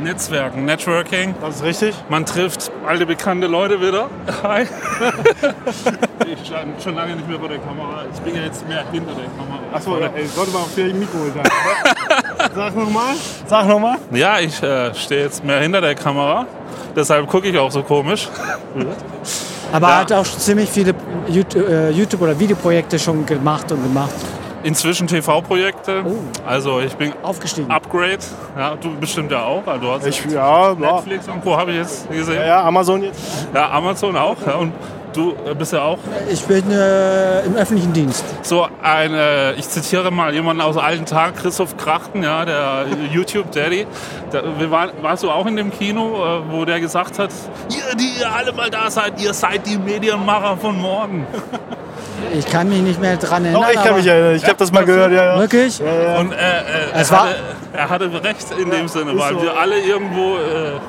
Netzwerken, Networking.
Das ist richtig.
Man trifft alte bekannte Leute wieder. Hi. ich stand schon lange nicht mehr vor der Kamera. Ich bin ja jetzt mehr hinter der Kamera.
Achso, ja, ey, sollte man auch vielleicht ein Mikro holen. Sag nochmal. Sag nochmal.
Ja, ich äh, stehe jetzt mehr hinter der Kamera. Deshalb gucke ich auch so komisch.
Aber
Ja.
hat auch schon ziemlich viele YouTube, äh, YouTube oder Videoprojekte schon gemacht und gemacht.
Inzwischen TV-Projekte. Also ich bin
Aufgestiegen.
Upgrade. Ja, du bestimmt ja auch. Also du hast
Ich, ja, ja,
Netflix und Co. habe ich jetzt gesehen.
ja, Amazon jetzt.
Ja, Amazon auch. Ja, und du äh, bist ja auch
Ich bin äh, im öffentlichen Dienst.
so ein, äh, ich zitiere mal jemanden aus alten Tagen, Christoph Krachten, ja, der YouTube-Daddy. Der- wir waren- Warst du auch in dem Kino, äh, wo der gesagt hat, ihr, die ihr alle mal da seid, ihr seid die Medienmacher von morgen.
Ich kann mich nicht mehr dran erinnern.
Doch, Oh, ich kann
aber-
mich erinnern. Ich habe das mal gehört. Ja, ja.
Wirklich?
Und äh, äh,
Es
er,
war-
hatte, er hatte recht in dem Sinne,
ist
weil
so.
wir alle irgendwo äh,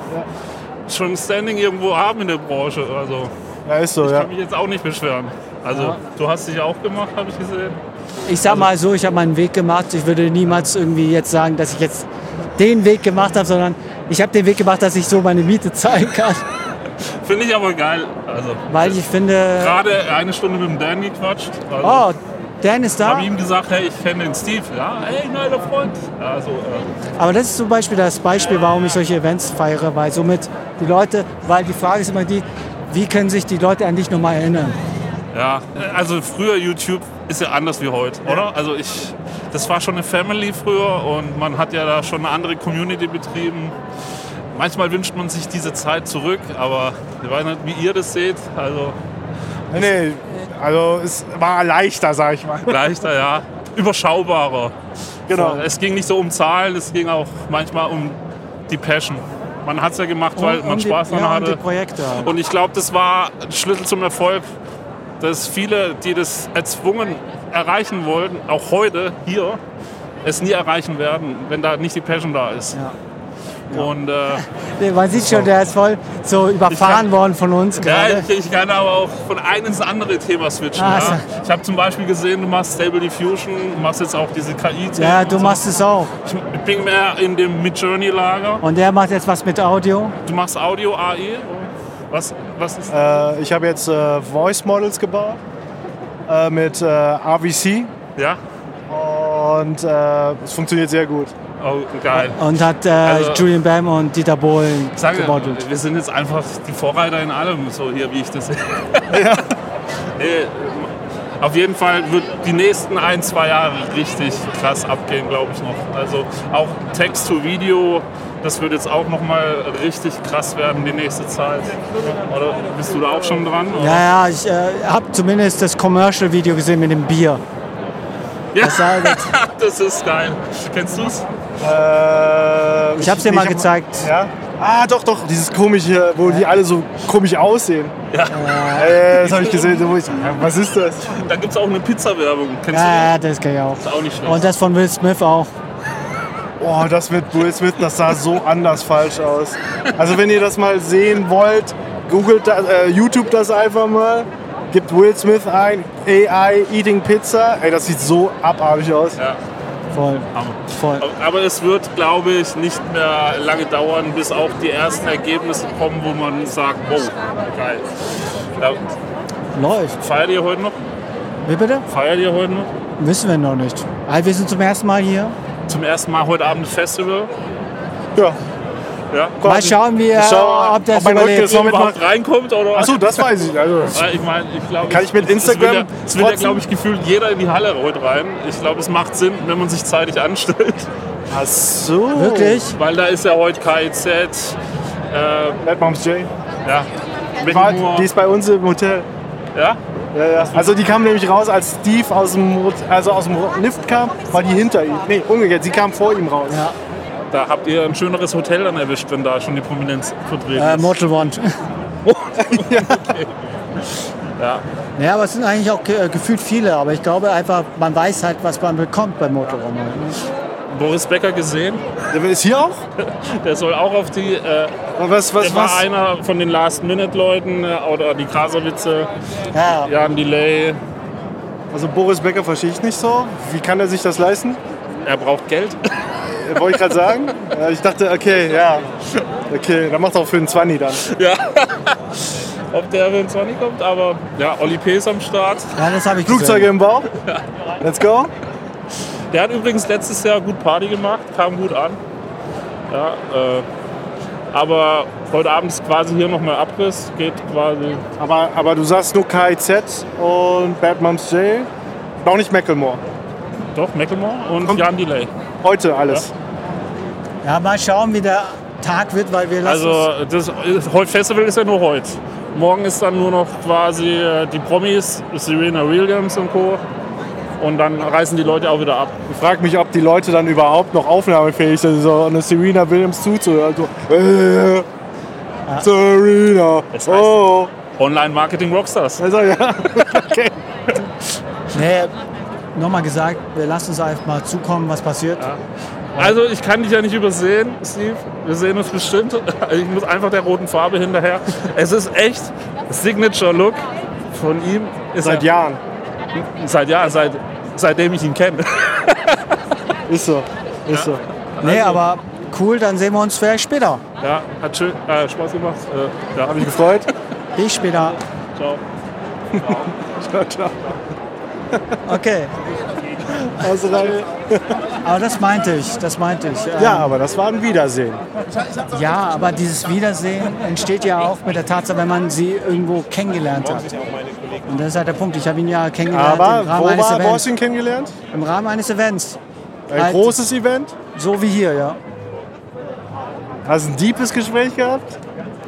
schon Standing irgendwo haben in der Branche. Also
ja ist so,
ich
ja.
kann mich jetzt auch nicht beschweren. Also du hast dich auch gemacht, habe ich gesehen.
Ich
Also-
sag mal so, ich habe meinen Weg gemacht. Ich würde niemals irgendwie jetzt sagen, dass ich jetzt den Weg gemacht habe, sondern ich habe den Weg gemacht, dass ich so meine Miete zahlen kann.
Finde ich aber geil. Also
Weil ich finde,
gerade eine Stunde mit dem Dan gequatscht. Also,
oh, Dan ist da.
Habe ihm gesagt, hey, ich kenne den Steve. Ja, hey, ein alter Freund. Also, äh,
Aber das ist zum Beispiel das Beispiel, warum ich solche Events feiere, weil somit die Leute, weil die Frage ist immer die, wie können sich die Leute an dich nochmal erinnern?
ja, also früher YouTube ist ja anders wie heute, oder? Also ich, das war schon eine Family früher und man hat ja da schon eine andere Community betrieben. Manchmal wünscht man sich diese Zeit zurück, aber ich weiß nicht, wie ihr das seht. Also
Nee, also es war leichter, sag ich mal.
leichter, ja, überschaubarer.
Genau.
Es ging nicht so um Zahlen, es ging auch manchmal um die Passion. Man hat es ja gemacht, weil
Um-
man
um die-
Spaß daran
ja, um
hatte.
die Projekte halt.
Und ich glaube, das war ein Schlüssel zum Erfolg, dass viele, die das erzwungen erreichen wollten, auch heute hier, es nie erreichen werden, wenn da nicht die Passion da ist.
Ja.
Und äh,
Nee, Man sieht schon, der ist voll so überfahren
kann-
worden von uns
ja,
gerade.
ich, ich kann aber auch von einem ins andere Thema switchen.
Ah,
ja. Ich habe zum Beispiel gesehen, du machst Stable Diffusion, du machst jetzt auch diese KI-Themen.
Ja, du machst es auch.
So. Ich bin mehr in dem Mid-Journey-Lager.
Und der macht jetzt was mit Audio.
Du machst Audio AI. Was, was ist
Äh, ich habe jetzt äh, Voice Models gebaut äh, mit äh, RVC
Ja?
und äh, es funktioniert sehr gut.
Oh, geil.
Und hat äh,
Also-
Julian Bam und Dieter Bohlen
Ich sage,
gebottet.
wir sind jetzt einfach die Vorreiter in allem, so hier, wie ich das sehe. Nee, Auf jeden Fall wird die nächsten ein, zwei Jahre richtig krass abgehen, glaube ich noch. Also auch Text to Video, das wird jetzt auch nochmal richtig krass werden, die nächste Zeit. Oder bist du da auch schon dran? oder?
Ja, ja, ich äh, habe zumindest das Commercial-Video gesehen mit dem Bier.
Ja.
Das war jetzt,
Das ist geil. Kennst du es?
Äh,
ich habe es dir
nee,
mal
hab-
gezeigt.
Ja? Ah, doch, doch, dieses komische, wo die alle so komisch aussehen. Ja. Äh, das habe ich gesehen. Wo ich, ja, was ist das?
Da gibt es auch eine Pizza-Werbung. Kennst
Ja, das kann ich auch.
du die? Ist auch nicht schlecht.
Und das von Will Smith auch.
Oh, das mit Will Smith, das sah so anders falsch aus. Also wenn ihr das mal sehen wollt, googelt das, äh, YouTube das einfach mal, gebt Will Smith ein, AI Eating Pizza. Ey, das sieht so abartig aus.
ja.
Voll.
Hammer.
Voll.
Aber es wird, glaube ich, nicht mehr lange dauern, bis auch die ersten Ergebnisse kommen, wo man sagt, wow, geil. Ja,
Läuft.
feiert ihr heute noch?
Wie bitte?
Feiert ihr heute noch?
Wissen wir noch nicht. Ah, Wir sind zum ersten Mal hier.
Zum ersten Mal heute Abend Festival.
Ja,
Ja.
Mal schauen wir,
Schau,
ob das
ob mein Rücken
überlebt.
ist noch mitmacht.
Überhaupt reinkommt oder
Achso, das weiß ich. Also,
Weil Ich meine, ich glaube,
Kann ich mit
es- es
Instagram
will ja- Es will ja,
trotzdem-
glaube ich, gefühlt jeder in die Halle heute rein. Ich glaube, es macht Sinn, wenn man sich zeitig anstellt.
ach so.
Wirklich?
Weil da ist ja heute KIZ, äh,
Mad Moms J.
ja, mit
War,
Humor.
die ist bei uns im Hotel.
Ja?
Ja, ja. Also die kam nämlich raus, als Steve aus dem, Hot- also aus dem Lift kam, war die hinter ihm. Nee, umgekehrt, sie kam vor ihm raus.
Ja.
Da habt ihr ein schöneres Hotel dann erwischt, wenn da schon die Prominenz vertreten
Äh,
ist.
Mortal Wound.
Ja.
Ja, aber es sind eigentlich auch ge- äh, gefühlt viele, aber ich glaube einfach, man weiß halt, was man bekommt bei Mortal Wound.
Boris Becker gesehen,
Der ist hier auch?
der soll auch auf die, äh,
Was, was,
der war
was?
einer von den Last-Minute-Leuten äh, oder die Krasowitze,
Ja,
Jan Delay.
Also Boris Becker verstehe ich nicht so. Wie kann er sich das leisten?
Er braucht Geld.
Äh, Wollte ich gerade sagen. Äh, Ich dachte, okay, ja. Okay, dann macht auch für einen 20 dann.
Ob der wenn 20 kommt, aber ja, Oli P. ist am Start.
ja das habe ich
Flugzeuge
gesehen.
im Bauch. Let's go.
Der hat übrigens letztes Jahr gut Party gemacht, kam gut an. Ja, äh, aber heute Abend ist quasi hier nochmal Abriss, geht quasi.
Aber, aber du sagst nur KIZ und Bad Moms J. Und Auch nicht Macklemore.
Doch, Macklemore und
Kommt-
Jan Delay.
Heute alles.
Ja, mal schauen, wie der Tag wird, weil wir lassen es-
Also das ist- heute Festival ist ja nur heute. Morgen ist dann nur noch quasi äh, die Promis, Serena Williams und Co. Und dann reißen die Leute auch wieder ab.
Ich frage mich, ob die Leute dann überhaupt noch aufnahmefähig sind, so eine Serena Williams zuzuhören. So, äh, Serena.
Das heißt-
Oh.
Online-Marketing Rockstars.
Also, ja. okay.
Nee, nochmal gesagt, wir lassen uns einfach mal zukommen, was passiert.
Also ich kann dich ja nicht übersehen, Steve. Wir sehen uns bestimmt. Ich muss einfach der roten Farbe hinterher. Es ist echt Signature Look von ihm. Ist
Seit
er,
Jahren.
Seit Jahren, seit, seitdem ich ihn kenne.
Ist so. Ist so.
nee,
Also-
aber cool, dann sehen wir uns vielleicht später.
Ja, hat schön äh, Spaß gemacht. Äh, ja, hab ich gefreut.
Freut.
Bis später.
Ciao.
Ciao, ciao.
Okay,
Also, dann-
aber das meinte ich, das meinte ich. Ähm,
Ja, aber das war ein Wiedersehen.
ja, aber dieses Wiedersehen entsteht ja auch mit der Tatsache, wenn man sie irgendwo kennengelernt hat. Und das ist halt der Punkt. Ich habe ihn ja kennengelernt
Aber
im,
wo
Rahmen eines
war wo hast
Events,
du ihn kennengelernt?
im Rahmen eines Events.
Ein
Halt.
großes Event?
So wie hier, ja.
Hast du ein deepes Gespräch gehabt?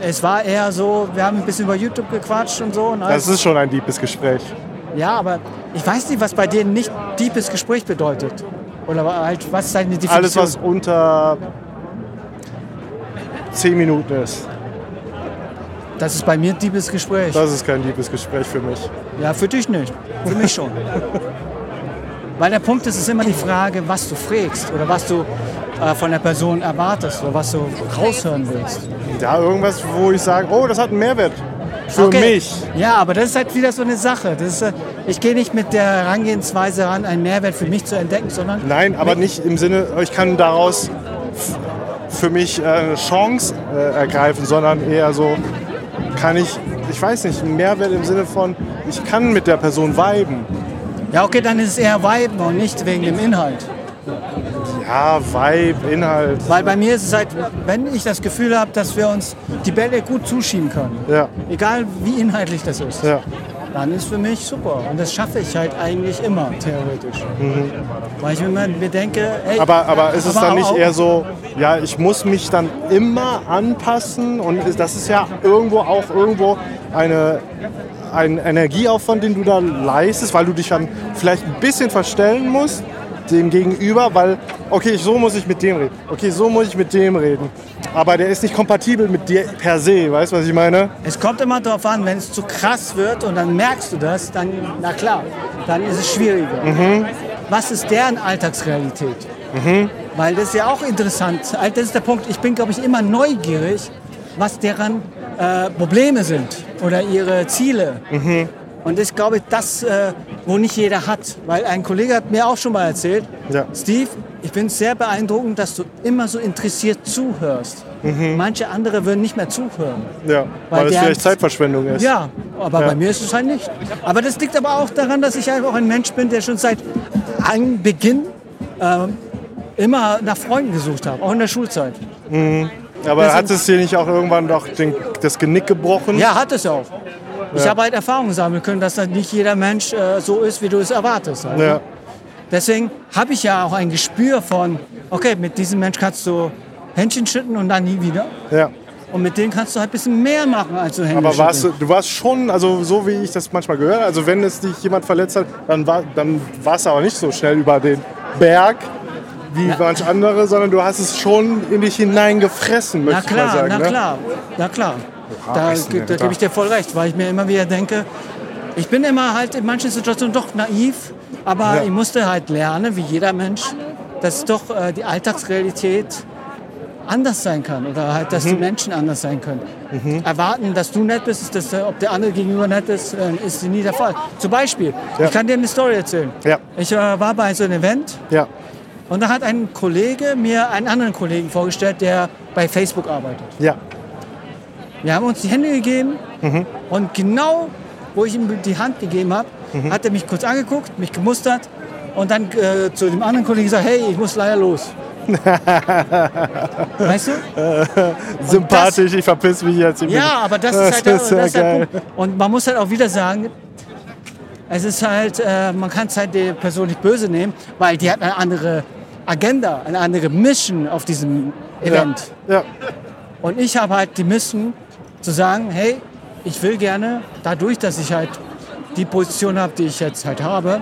Es war eher so, wir haben ein bisschen über YouTube gequatscht und so. Ne?
Das ist schon ein deepes Gespräch.
ja, aber ich weiß nicht, was bei dir nicht deepes Gespräch bedeutet. Oder halt, was ist deine Definition?
Alles, was unter 10 Minuten ist,
Das ist bei mir ein deepes Gespräch.
das ist kein deepes Gespräch für mich.
Ja, für dich nicht. Für mich schon. Weil der Punkt ist, es ist immer die Frage, was du frägst oder was du äh, von der Person erwartest oder was du raushören willst.
Ja, irgendwas, wo ich sage, oh, das hat einen Mehrwert. Für
Okay.
mich.
Ja, aber das ist halt wieder so eine Sache. Das ist, äh, ich gehe nicht mit der Herangehensweise ran, einen Mehrwert für mich zu entdecken, sondern
Nein, aber nicht im Sinne, oh, ich kann daraus f- für mich äh, eine Chance äh, ergreifen, sondern eher so, kann ich, ich weiß nicht, einen Mehrwert im Sinne von, ich kann mit der Person viben.
Ja, okay, dann ist es eher Weiben und nicht wegen dem Inhalt.
Ja, Vibe, Inhalt.
Weil bei mir ist es halt, wenn ich das Gefühl habe, dass wir uns die Bälle gut zuschieben können,
Ja,
egal wie inhaltlich das ist,
ja.
dann ist für mich super. Und das schaffe ich halt eigentlich immer, theoretisch. Weil ich mir immer mir denke, ey,
Mhm. Aber, aber ist es
aber
dann nicht
auch-
eher so, ja, ich muss mich dann immer anpassen und ist- das ist ja irgendwo auch irgendwo eine, ein Energieaufwand, den du da leistest, weil du dich dann vielleicht ein bisschen verstellen musst dem Gegenüber, weil okay, so muss ich mit dem reden. Okay, so muss ich mit dem reden. Aber der ist nicht kompatibel mit dir per se, weißt du, was ich meine?
Es kommt immer darauf an, wenn es zu krass wird und dann merkst du das, dann, na klar, dann ist es schwieriger. Was ist deren Alltagsrealität? Weil das ist ja auch interessant. Also Das ist der Punkt. Ich bin, glaube ich, immer neugierig, was deren äh, Probleme sind oder ihre Ziele. Und ich glaube, das, äh, wo nicht jeder hat. Weil ein Kollege hat mir auch schon mal erzählt,
Ja.
Steve, ich bin sehr beeindruckend, dass du immer so interessiert zuhörst. Manche andere würden nicht mehr zuhören.
Ja, weil, es
der-
vielleicht Zeitverschwendung ist.
Ja, aber
Ja.
bei mir ist es halt nicht. Aber das liegt aber auch daran, dass ich einfach auch ein Mensch bin, der schon seit Anbeginn ähm, immer nach Freunden gesucht habe, auch in der Schulzeit.
Aber
Wir
hat
sind-
es dir nicht auch irgendwann doch den, das Genick gebrochen?
Ja, hat es auch. Ich habe halt Erfahrungen sammeln können, dass dann nicht jeder Mensch äh, so ist, wie du es erwartest. Also
Ja.
Deswegen habe ich ja auch ein Gespür von, okay, mit diesem Mensch kannst du Händchen schütten und dann nie wieder.
ja.
Und mit dem kannst du halt ein bisschen mehr machen als du Händchen
Aber warst du, du
schütteln.
warst schon, also so wie ich das manchmal gehört, also wenn es dich jemand verletzt hat, dann war dann warst du aber nicht so schnell über den Berg wie manch andere, sondern du hast es schon in dich hineingefressen,
Na
möchte ich mal
klar,
sagen.
na
ne?
klar, na klar. Da,
Essen,
ge-
ja,
da
klar.
gebe ich dir voll recht, weil ich mir immer wieder denke, ich bin immer halt in manchen Situationen doch naiv, aber
Ja.
ich musste halt lernen, wie jeder Mensch, dass doch äh, die Alltagsrealität anders sein kann oder halt, dass die
Mhm.
Menschen anders sein können. Erwarten, dass du nett bist, dass der, ob der andere gegenüber nett ist, äh, ist nie der Fall. Zum Beispiel,
Ja.
ich kann dir eine Story erzählen.
Ja.
Ich äh, war bei so einem Event
Ja,
und da hat ein Kollege mir einen anderen Kollegen vorgestellt, der bei Facebook arbeitet.
ja,
Wir haben uns die Hände gegeben
Mhm.
und genau, wo ich ihm die Hand gegeben habe,
Mhm.
hat er mich kurz angeguckt, mich gemustert und dann äh, zu dem anderen Kollegen gesagt, hey, ich muss leider los. weißt du?
sympathisch, ich verpiss mich jetzt. Ich
Ja, aber das ist halt der, das
ja
ist der
geil.
Punkt. Und man muss halt auch wieder sagen, es ist halt, äh, man kann es halt der Person nicht böse nehmen, weil die hat eine andere Agenda, eine andere Mission auf diesem Event.
Ja,
Und ich habe halt die Mission zu sagen, hey, ich will gerne, dadurch, dass ich halt die Position habe, die ich jetzt halt habe,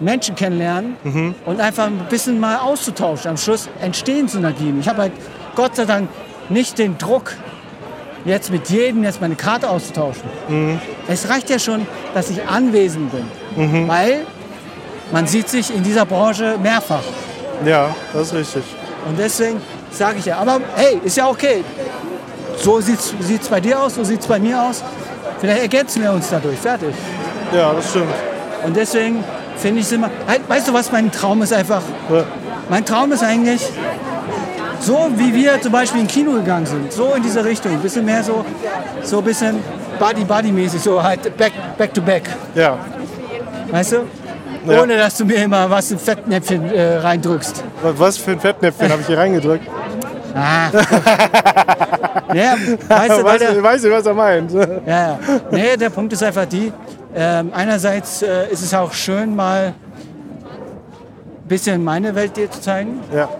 Menschen kennenlernen und einfach ein bisschen mal auszutauschen. Am Schluss entstehen Synergien. Ich habe halt Gott sei Dank nicht den Druck, jetzt mit jedem jetzt meine Karte auszutauschen. Es reicht ja schon, dass ich anwesend bin, weil man sieht sich in dieser Branche mehrfach.
ja, ja, das ist richtig.
Und deswegen sage ich ja, aber hey, ist ja okay. So sieht es bei dir aus, so sieht es bei mir aus. Vielleicht ergänzen wir uns dadurch, fertig.
Ja, das stimmt.
Und deswegen finde ich es immer, halt, weißt du was, mein Traum ist einfach,
Ja.
mein Traum ist eigentlich, so wie wir zum Beispiel in Kino gegangen sind, so in diese Richtung, ein bisschen mehr so, so ein bisschen Buddy-Buddy-mäßig, so halt back, back to back,
Ja,
weißt du?
Ja.
Ohne dass du mir immer was im Fettnäpfchen äh, reindrückst.
was für ein Fettnäpfchen habe ich hier reingedrückt?
Ah. ja, weißt du, weil
weißt,
der,
du, weißt du, was er meint?
Ja, ja. Nee, der Punkt ist einfach die, ähm, einerseits äh, ist es auch schön, mal ein bisschen meine Welt dir zu zeigen.
Ja,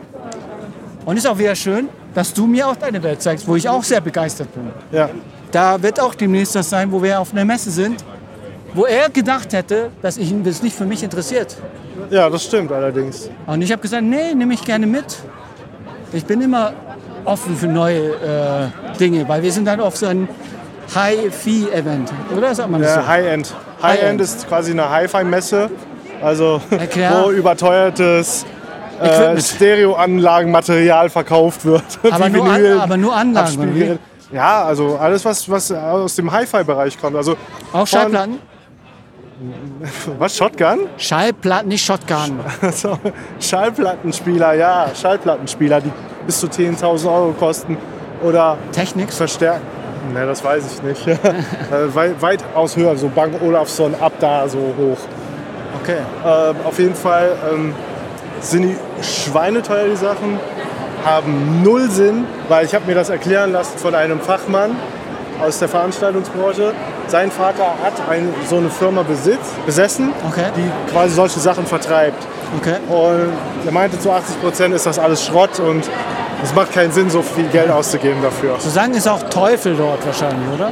Und ist auch wieder schön, dass du mir auch deine Welt zeigst, wo ich auch sehr begeistert bin.
ja,
Da wird auch demnächst das sein, wo wir auf einer Messe sind, wo er gedacht hätte, dass ihn das nicht für mich interessiert.
ja, das stimmt allerdings.
Und ich habe gesagt, nee, nehme ich gerne mit. Ich bin immer offen für neue äh, Dinge, weil wir sind dann auf so einem High-Fee-Event, oder? Sagt man das so?
Ja, Äh, High-End. High-End
High-End.
ist quasi eine Hi-Fi-Messe, also
klar.
wo überteuertes äh,
Equipment.
Stereoanlagenmaterial verkauft wird.
Aber
Wie
nur,
Vinyl,
an, aber nur Anlagen. oder wie?
Abspielgerät. Ja, also alles, was, was aus dem Hi-Fi-Bereich kommt. Also
Auch
von-
Schallplatten?
Was, Shotgun?
Schallplatten, nicht Shotgun.
Also, Schallplattenspieler, ja, Schallplattenspieler, die bis zu 10.000 Euro kosten. Oder
Technik.
verstärken. Ne, das weiß ich nicht. äh, wei- weitaus höher, so Bank Olafsson ab da so hoch.
Okay.
Ähm, auf jeden Fall ähm, sind die schweineteuer, die Sachen, haben null Sinn, weil ich habe mir das erklären lassen von einem Fachmann aus der Veranstaltungsbranche. Sein Vater hat ein, so eine Firma besitzt, besessen,
Okay.
die quasi solche Sachen vertreibt.
Okay.
Und er meinte, zu 80 Prozent ist das alles Schrott und es macht keinen Sinn, so viel Geld auszugeben dafür.
Zu sagen ist auch Teufel dort wahrscheinlich, oder?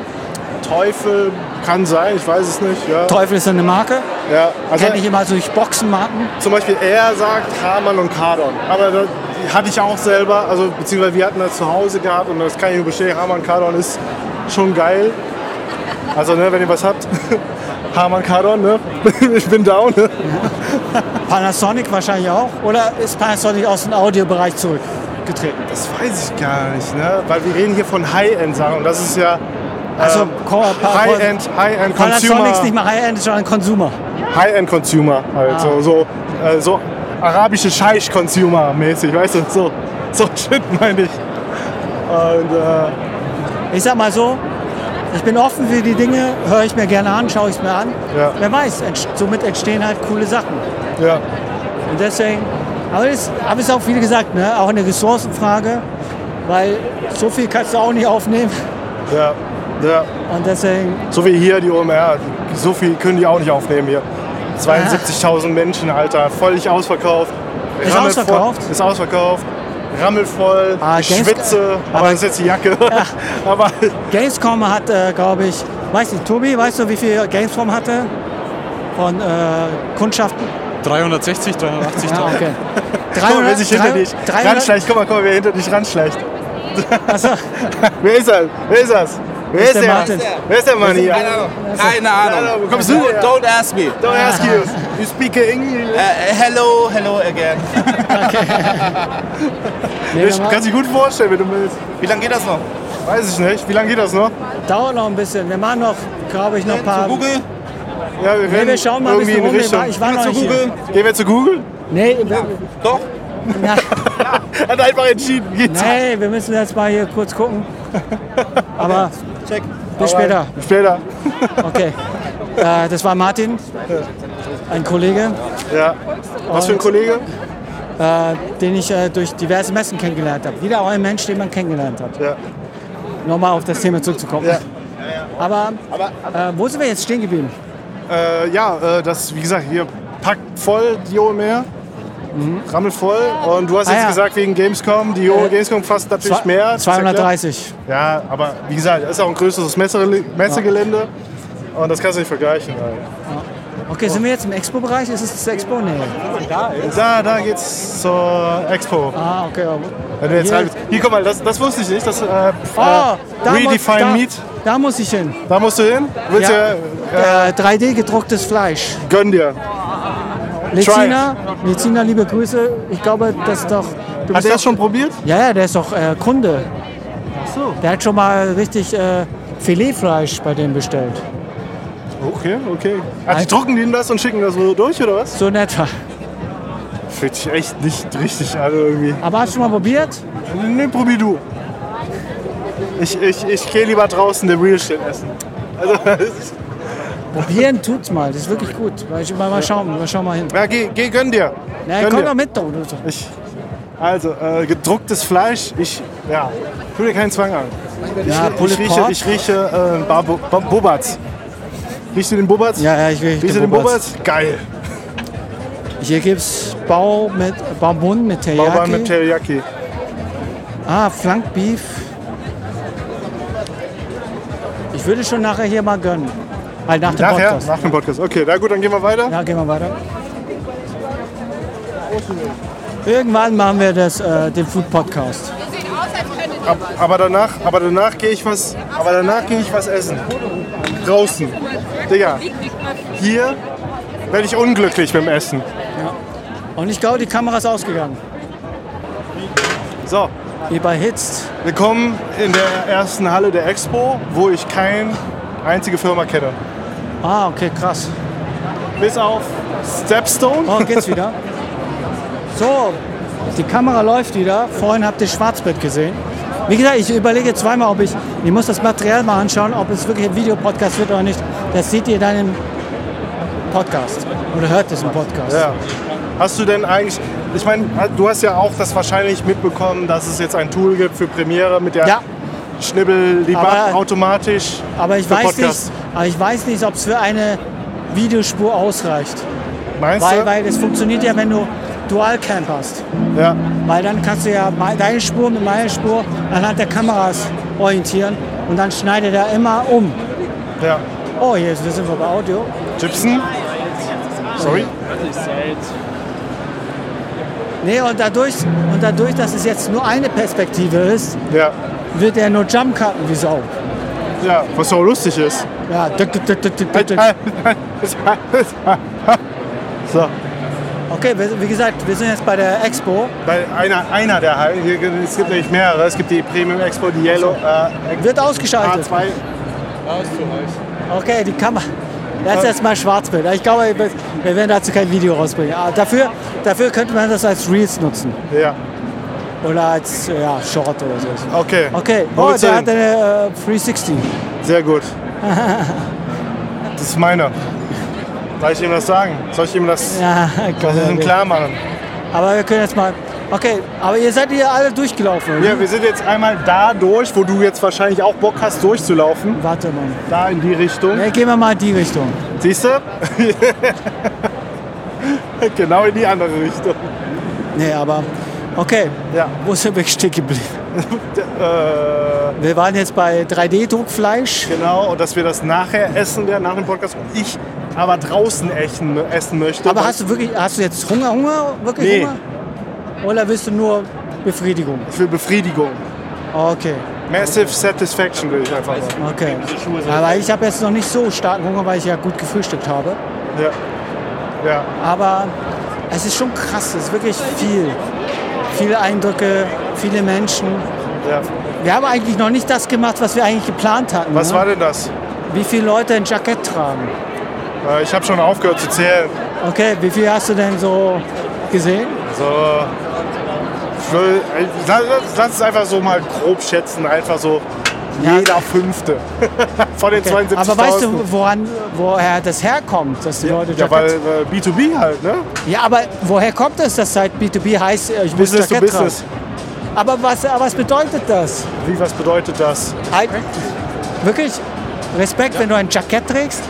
Teufel kann sein, ich weiß es nicht. Ja,
Teufel ist eine Marke.
ja. Also
Kenne ich immer durch Boxenmarken.
zum Beispiel er sagt Kramann und Kardon. Aber das hatte ich auch selber, also beziehungsweise wir hatten das zu Hause gehabt und das kann ich nur bestätigen, Hamann Kardon ist schon geil. Also ne, wenn ihr was habt, Hamann Kardon, ne? ich bin down. Ne?
Panasonic wahrscheinlich auch. Oder ist Panasonic aus dem Audiobereich zurückgetreten?
Das weiß ich gar nicht, ne? Weil wir reden hier von High-End-Sachen und das ist ja
Also
ähm,
Core- Pa-
High-End, High-End
Panasonic
Consumer,
ist nicht mehr High-End, sondern Consumer.
High-End Consumer, halt so, so, äh, so arabische Scheich Consumer mäßig, weißt du, so, so ein Shit meine ich. Und äh,
Ich sag mal so, ich bin offen für die Dinge, höre ich mir gerne an, schaue ich es mir an.
Ja.
Wer weiß, entst- somit entstehen halt coole Sachen.
ja,
Und deswegen, aber das haben es auch viele gesagt, ne? auch eine Ressourcenfrage, weil so viel kannst du auch nicht aufnehmen.
ja, ja.
Und deswegen,
So wie hier die OMR, so viel können die auch nicht aufnehmen hier. 72.000 Menschen, Alter, völlig ausverkauft.
Ist
Rammelvoll-
ausverkauft?
Ist ausverkauft. Rammelvoll,
Ah,
ich
Games-
schwitze, aber,
aber-
das ist jetzt die Jacke. aber
Gamescom hat, äh, glaube ich, weiß nicht, Tobi, weißt du, wie viel Gamescom hatte? Von äh, Kundschaften?
360, 380.000.
Ja, okay.
guck mal, wer sich hinter dich
300,
ranschleicht. Guck mal, guck mal, wer hinter dich ranschleicht.
achso,
Wer ist das? Wer ist das? Wer ist
der
der?
Martin.
Wer ist der Mann hier?
Keine Ahnung. Keine Ahnung.
Wo kommst du her?
Don't ask me.
Don't ask you. You speak English.
Uh, hello, hello again.
Ich kann sich gut vorstellen, wenn du willst.
Wie lange geht das noch?
Weiß ich nicht. Wie lange geht das noch?
dauert noch ein bisschen. Wir machen noch, glaube ich, noch ein paar.
Zu Google?
Ja, wir,
Nee,
rennen
wir schauen mal ein
irgendwie in
bisschen rum. Wir
Richtung.
waren- Ich war noch
Gehen wir
nicht
zu
hier.
Google? Gehen wir zu Google?
Nee, wir,
Doch.
na,
Hat einfach entschieden. Geht's.
nee, wir müssen jetzt mal hier kurz gucken. Aber bis später.
Bis später.
Okay. Äh, das war Martin, ein Kollege,
Ja. Was für ein Kollege?
äh, den ich äh, durch diverse Messen kennengelernt habe. Wieder auch ein Mensch, den man kennengelernt hat.
Ja.
Nochmal auf das Thema zurückzukommen.
Ja.
Aber äh, wo sind wir jetzt stehen geblieben?
Äh, ja, äh, das, wie gesagt, hier packt voll die OMR. Rammel Mhm. voll. Und du hast
Ah,
jetzt
ja.
gesagt, wegen Gamescom, die
Äh,
Gamescom fasst natürlich
Zwei-
mehr. das ist ja klar.
230.
Ja, aber wie gesagt, das ist auch ein größeres Messe Messegelände. Und das kannst du nicht vergleichen. Alter.
Okay, sind wir jetzt im Expo-Bereich? Ist es das Expo? Nee.
Da, da geht's zur Expo.
Ah, okay.
Wenn du jetzt
Hier-
hier. hier, guck mal, das, das wusste ich nicht. Das, äh,
Oh,
äh,
da muss,
Redefine
da,
Meat,
da muss ich hin.
da musst du hin. Willst
Ja.
du, äh,
Äh, 3D gedrucktes Fleisch.
gönn dir.
Lezina, Lezina, liebe Grüße. Ich glaube, das ist doch. Du
Hat
bist
er
doch,
das schon probiert?
Ja, ja, der ist doch äh, Kunde. Der hat schon mal richtig äh, Filetfleisch bei dem bestellt.
Okay, okay. Also die drucken denen das und schicken das so durch, oder was?
So in etwa.
Fühlt sich echt nicht richtig an irgendwie.
Aber hast du mal probiert?
Nee, probier du. Ich, ich, ich gehe lieber draußen den Real Shit essen. Also,
Probieren tut's mal. Das ist wirklich gut. Mal, mal, mal schauen, mal schauen mal hin.
ja, geh, geh, gönn dir.
Na,
gönn
komm
dir.
doch mit, doch. du-
Ich, also, äh, gedrucktes Fleisch, ich, ja, tu dir keinen Zwang an. Ich,
Ja,
ich,
Pulled
rieche,
Pork.
ich rieche äh, Barbo- Bo- Bobatz. Riechst du den Bobatz?
Ja, ja, ich will
Riechst du den Bobatz? Geil.
Hier gibt's Bau mit, Bambun mit Teriyaki.
Bauern mit Teriyaki.
Ah, Flankbeef. Ich würde schon nachher hier mal gönnen. Halt nach dem
Nachher?
Podcast.
Nach dem Podcast. Okay, na gut, dann gehen wir weiter.
Ja, gehen wir weiter. Irgendwann machen wir das, äh, den Food Podcast.
Ab, aber danach, aber danach gehe ich was, aber danach gehe ich was essen. Draußen. Digga, hier werde ich unglücklich mit dem Essen.
Und ich glaube, die Kamera ist ausgegangen.
So,
Überhitzt.
wir kommen in der ersten Halle der Expo, wo ich keine einzige Firma kenne.
Ah, okay, krass.
Bis auf Stepstone.
Oh, geht's wieder? So, die Kamera läuft wieder. Vorhin habt ihr Schwarzbild gesehen. Wie gesagt, ich überlege zweimal, ob ich, ich muss das Material mal anschauen, ob es wirklich ein Videopodcast wird oder nicht. Das seht ihr dann im Podcast oder hört es im Podcast.
Ja. Hast du denn eigentlich, ich meine, du hast ja auch das wahrscheinlich mitbekommen, dass es jetzt ein Tool gibt für Premiere mit der
Ja.
Schnibbel, die
Aber-
macht automatisch.
Aber ich
für
weiß
Podcasts.
nicht, aber ich weiß nicht, ob es für eine Videospur ausreicht,
Meinst
weil
du?
weil es funktioniert ja, wenn du Dualcamp hast,
ja.
weil dann kannst du ja me- deine Spur mit meiner Spur anhand der Kameras orientieren und dann schneidet er immer um.
Ja.
Oh, hier sind wir bei Audio.
Gibson? Sorry?
Nee, und dadurch, und dadurch, dass es jetzt nur eine Perspektive ist,
Ja.
wird er nur Jump cutten wie Sau.
Ja, was so lustig ist.
Ja, dück, dück, dück, dück, dück, dück, dück.
so,
Okay, wir- wie gesagt, wir sind jetzt bei der Expo.
bei einer, einer der Hallen, hier, es gibt nämlich mehrere, es gibt die Premium Expo, die Yellow,
Also,
äh,
Wird ausgeschaltet.
A2,
Ah, ist zu heiß.
Okay, die Kamera. Lass jetzt mal Schwarzbild. Ich glaube, wir- wir werden dazu kein Video rausbringen. Aber dafür, dafür könnte man das als Reels nutzen.
ja,
Oder als äh, ja, Short oder so.
okay.
Okay,
Wo
oh,
geht's
der
hin?
hat eine äh, 360.
Sehr gut. Das ist meiner. Soll ich ihm das sagen? Soll ich ihm das,
Ja,
das ist ihm klar machen?
Aber wir können jetzt mal. Okay, aber ihr seid hier alle durchgelaufen. oder?
Ja, wir sind jetzt einmal da durch, wo du jetzt wahrscheinlich auch Bock hast, durchzulaufen.
Warte mal.
Da in die Richtung.
Ja, gehen wir mal in die Richtung.
Siehst du? genau in die andere Richtung.
Nee, aber. Okay,
Ja.
wo sind wir stehen geblieben?
Äh,
Wir waren jetzt bei 3D-Druckfleisch.
genau, und dass wir das nachher essen werden, nach dem Podcast. Und ich aber draußen essen, essen möchte.
Aber
weil-
hast du wirklich, hast du jetzt Hunger, Hunger? Wirklich
Nee.
Hunger? Oder willst du nur Befriedigung?
Für Befriedigung.
Okay,
Massive Satisfaction will ich einfach sagen.
okay. Aber ich habe jetzt noch nicht so starken Hunger, weil ich ja gut gefrühstückt habe.
Ja. Ja.
Aber es ist schon krass, es ist wirklich viel. Viele Eindrücke, viele Menschen.
ja.
Wir haben eigentlich noch nicht das gemacht, was wir eigentlich geplant hatten.
Was
ne?
war denn das?
Wie viele Leute ein Jackett tragen?
Äh, Ich habe schon aufgehört zu zählen.
Okay, wie viel hast du denn so gesehen?
So. Ich will- Lass, lass- lass es einfach so mal grob schätzen. Einfach so
Ja.
jeder Fünfte. Von den 72.000.
Aber weißt du, woran, woher das herkommt, dass die Leute
Ja,
Jackett
weil äh, B2B halt, ne?
Ja, aber woher kommt es, dass halt B2B heißt, äh, ich muss
Business to
Jackett tragen?
Business.
Aber was, aber was bedeutet das?
Wie, was bedeutet das?
Halt, wirklich Respekt, wenn du ein Jackett trägst?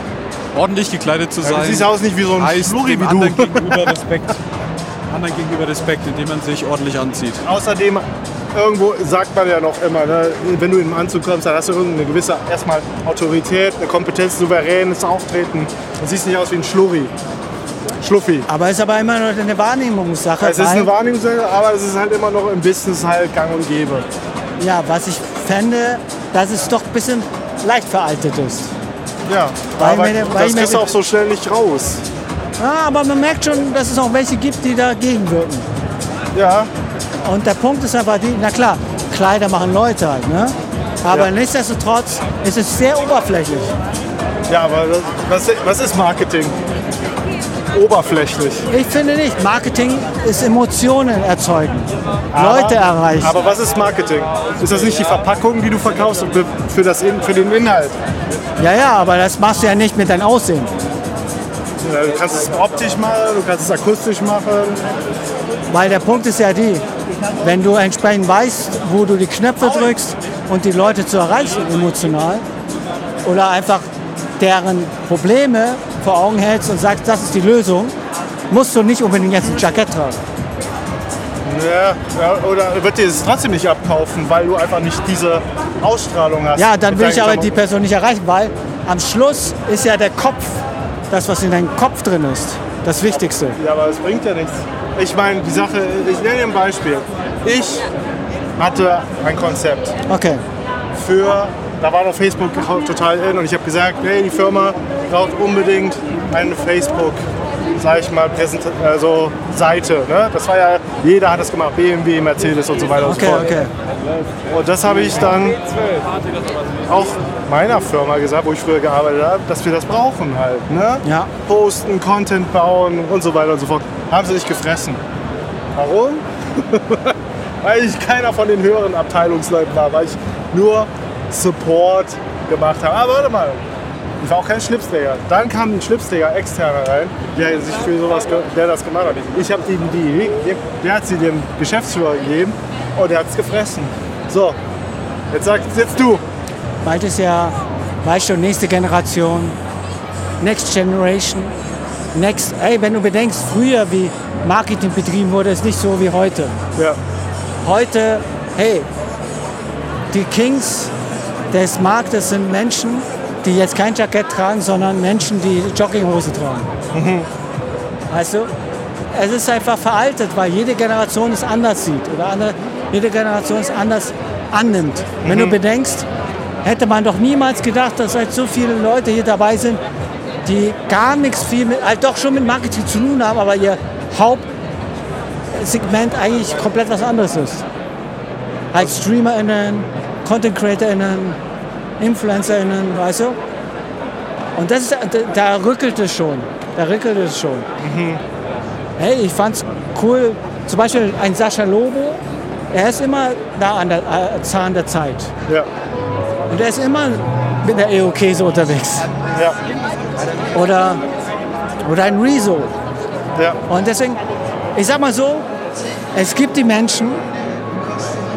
Ordentlich gekleidet zu
Ja, du
sein.
siehst aus nicht wie so ein
heißt
Schlurri
dem
wie
anderen
du.
gegenüber Respekt. anderen gegenüber Respekt, indem man sich ordentlich anzieht.
Außerdem, irgendwo sagt man ja noch immer, ne, wenn du in einem Anzug kommst, dann hast du irgendeine gewisse erstmal Autorität, eine Kompetenz, souveränes Auftreten. Du siehst nicht aus wie ein Schlurri. Schluffi.
Aber ist aber immer noch eine Wahrnehmungssache.
Es ist
weil-
eine Wahrnehmungssache, aber es ist halt immer noch im Business halt gang und gäbe.
Ja, was ich fände, dass es doch ein bisschen leicht veraltet ist.
Ja,
Weil
aber
meine- weil
das
meine-
kriegst du auch so schnell nicht raus.
Ja, aber man merkt schon, dass es auch welche gibt, die dagegen wirken.
Ja,
Und der Punkt ist aber, die, na klar, Kleider machen Leute halt, ne? Aber
Ja.
nichtsdestotrotz ist es sehr oberflächlich.
ja aber das- was, was ist Marketing? Oberflächlich.
Ich finde nicht. Marketing ist Emotionen erzeugen,
Aber-
Leute erreichen.
Aber was ist Marketing? Ist das nicht die Verpackung, die du verkaufst und für, das, In- für den Inhalt?
ja, ja, aber das machst du ja nicht mit deinem Aussehen.
Ja, Du kannst es optisch machen, du kannst es akustisch machen.
Weil der Punkt ist ja die, wenn du entsprechend weißt, wo du die Knöpfe drückst und die Leute zu erreichen emotional oder einfach deren Probleme vor Augen hältst und sagst, das ist die Lösung, musst du nicht unbedingt jetzt ein Jackett tragen.
Ja, ja, oder wird dir es trotzdem nicht abkaufen, weil du einfach nicht diese Ausstrahlung hast.
Ja, dann
Mit
will ich
deinen
aber die
Klamotten.
Person nicht erreichen, weil am Schluss ist ja der Kopf, das, was in deinem Kopf drin ist, das Wichtigste.
Ja, aber es bringt ja nichts. Ich meine, die Sache, ich nenne dir ein Beispiel. Ich hatte ein Konzept
Okay.
für, da war noch Facebook total in und ich habe gesagt, hey, die Firma braucht unbedingt eine Facebook, sag ich mal, Präsent also Seite. Ne? Das war ja, jeder hat das gemacht, BMW, Mercedes und so weiter und so
Okay,
fort.
okay.
Und das habe ich dann auch meiner Firma gesagt, wo ich früher gearbeitet habe, dass wir das brauchen halt. Ne?
Ja.
Posten, Content bauen und so weiter und so fort. Haben sie nicht gefressen. Warum? weil ich keiner von den höheren Abteilungsleuten war, weil ich nur Support gemacht habe. Aber warte mal, ich war auch kein Schlipsträger. Dann kam ein Schlipsträger externer rein, der sich für sowas, ge- der das gemacht hat. Ich habe ihm die, der hat sie dem Geschäftsführer gegeben und der hat es gefressen. So, jetzt sagst jetzt du.
Bald ist ja, weißt du, nächste Generation, Next Generation, Next. Ey, wenn du bedenkst, früher wie Marketing betrieben wurde, ist nicht so wie heute.
Ja,
Heute, hey, die Kings des Marktes sind Menschen, die jetzt kein Jackett tragen, sondern Menschen, die Jogginghose tragen. Weißt du? Es ist einfach veraltet, weil jede Generation es anders sieht oder andere, jede Generation es anders annimmt. Wenn du bedenkst, hätte man doch niemals gedacht, dass halt so viele Leute hier dabei sind, die gar nichts viel mit, halt doch schon mit Marketing zu tun haben, aber ihr Hauptsegment eigentlich komplett was anderes ist. Halt StreamerInnen, Content CreatorInnen, InfluencerInnen, weißt du? Und das ist, da rückelt es schon. Da rückelt es schon. Hey, ich fand's cool. Zum Beispiel ein Sascha Lobo, er ist immer da an der äh, Zahn der Zeit.
Ja.
Und er ist immer mit der E EOKese unterwegs.
Ja.
Oder, oder ein Rezo.
Ja.
Und deswegen, ich sag mal so, es gibt die Menschen,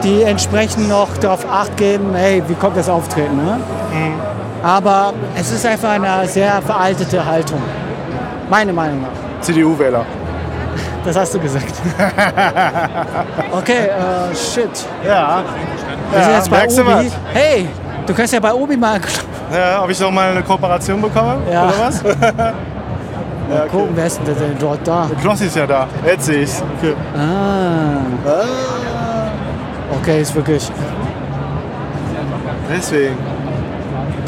die entsprechend noch darauf acht geben, hey, wie kommt das Auftreten? Ne?
Mhm.
Aber es ist einfach eine sehr veraltete Haltung. Meine Meinung nach.
CDU-Wähler.
Das hast du gesagt. Okay, äh, shit.
Ja.
Wir sind jetzt bei
merkst du
Obi.
was?
Hey, du kannst ja bei Obi mal
Ja, ob ich noch mal eine Kooperation bekomme?
Ja.
Oder was?
Mal gucken, wer ist denn der denn dort da?
Knossi ist ja da. Jetzt sehe ich's. Okay.
Ah.
Ah.
Okay, ist wirklich.
Deswegen.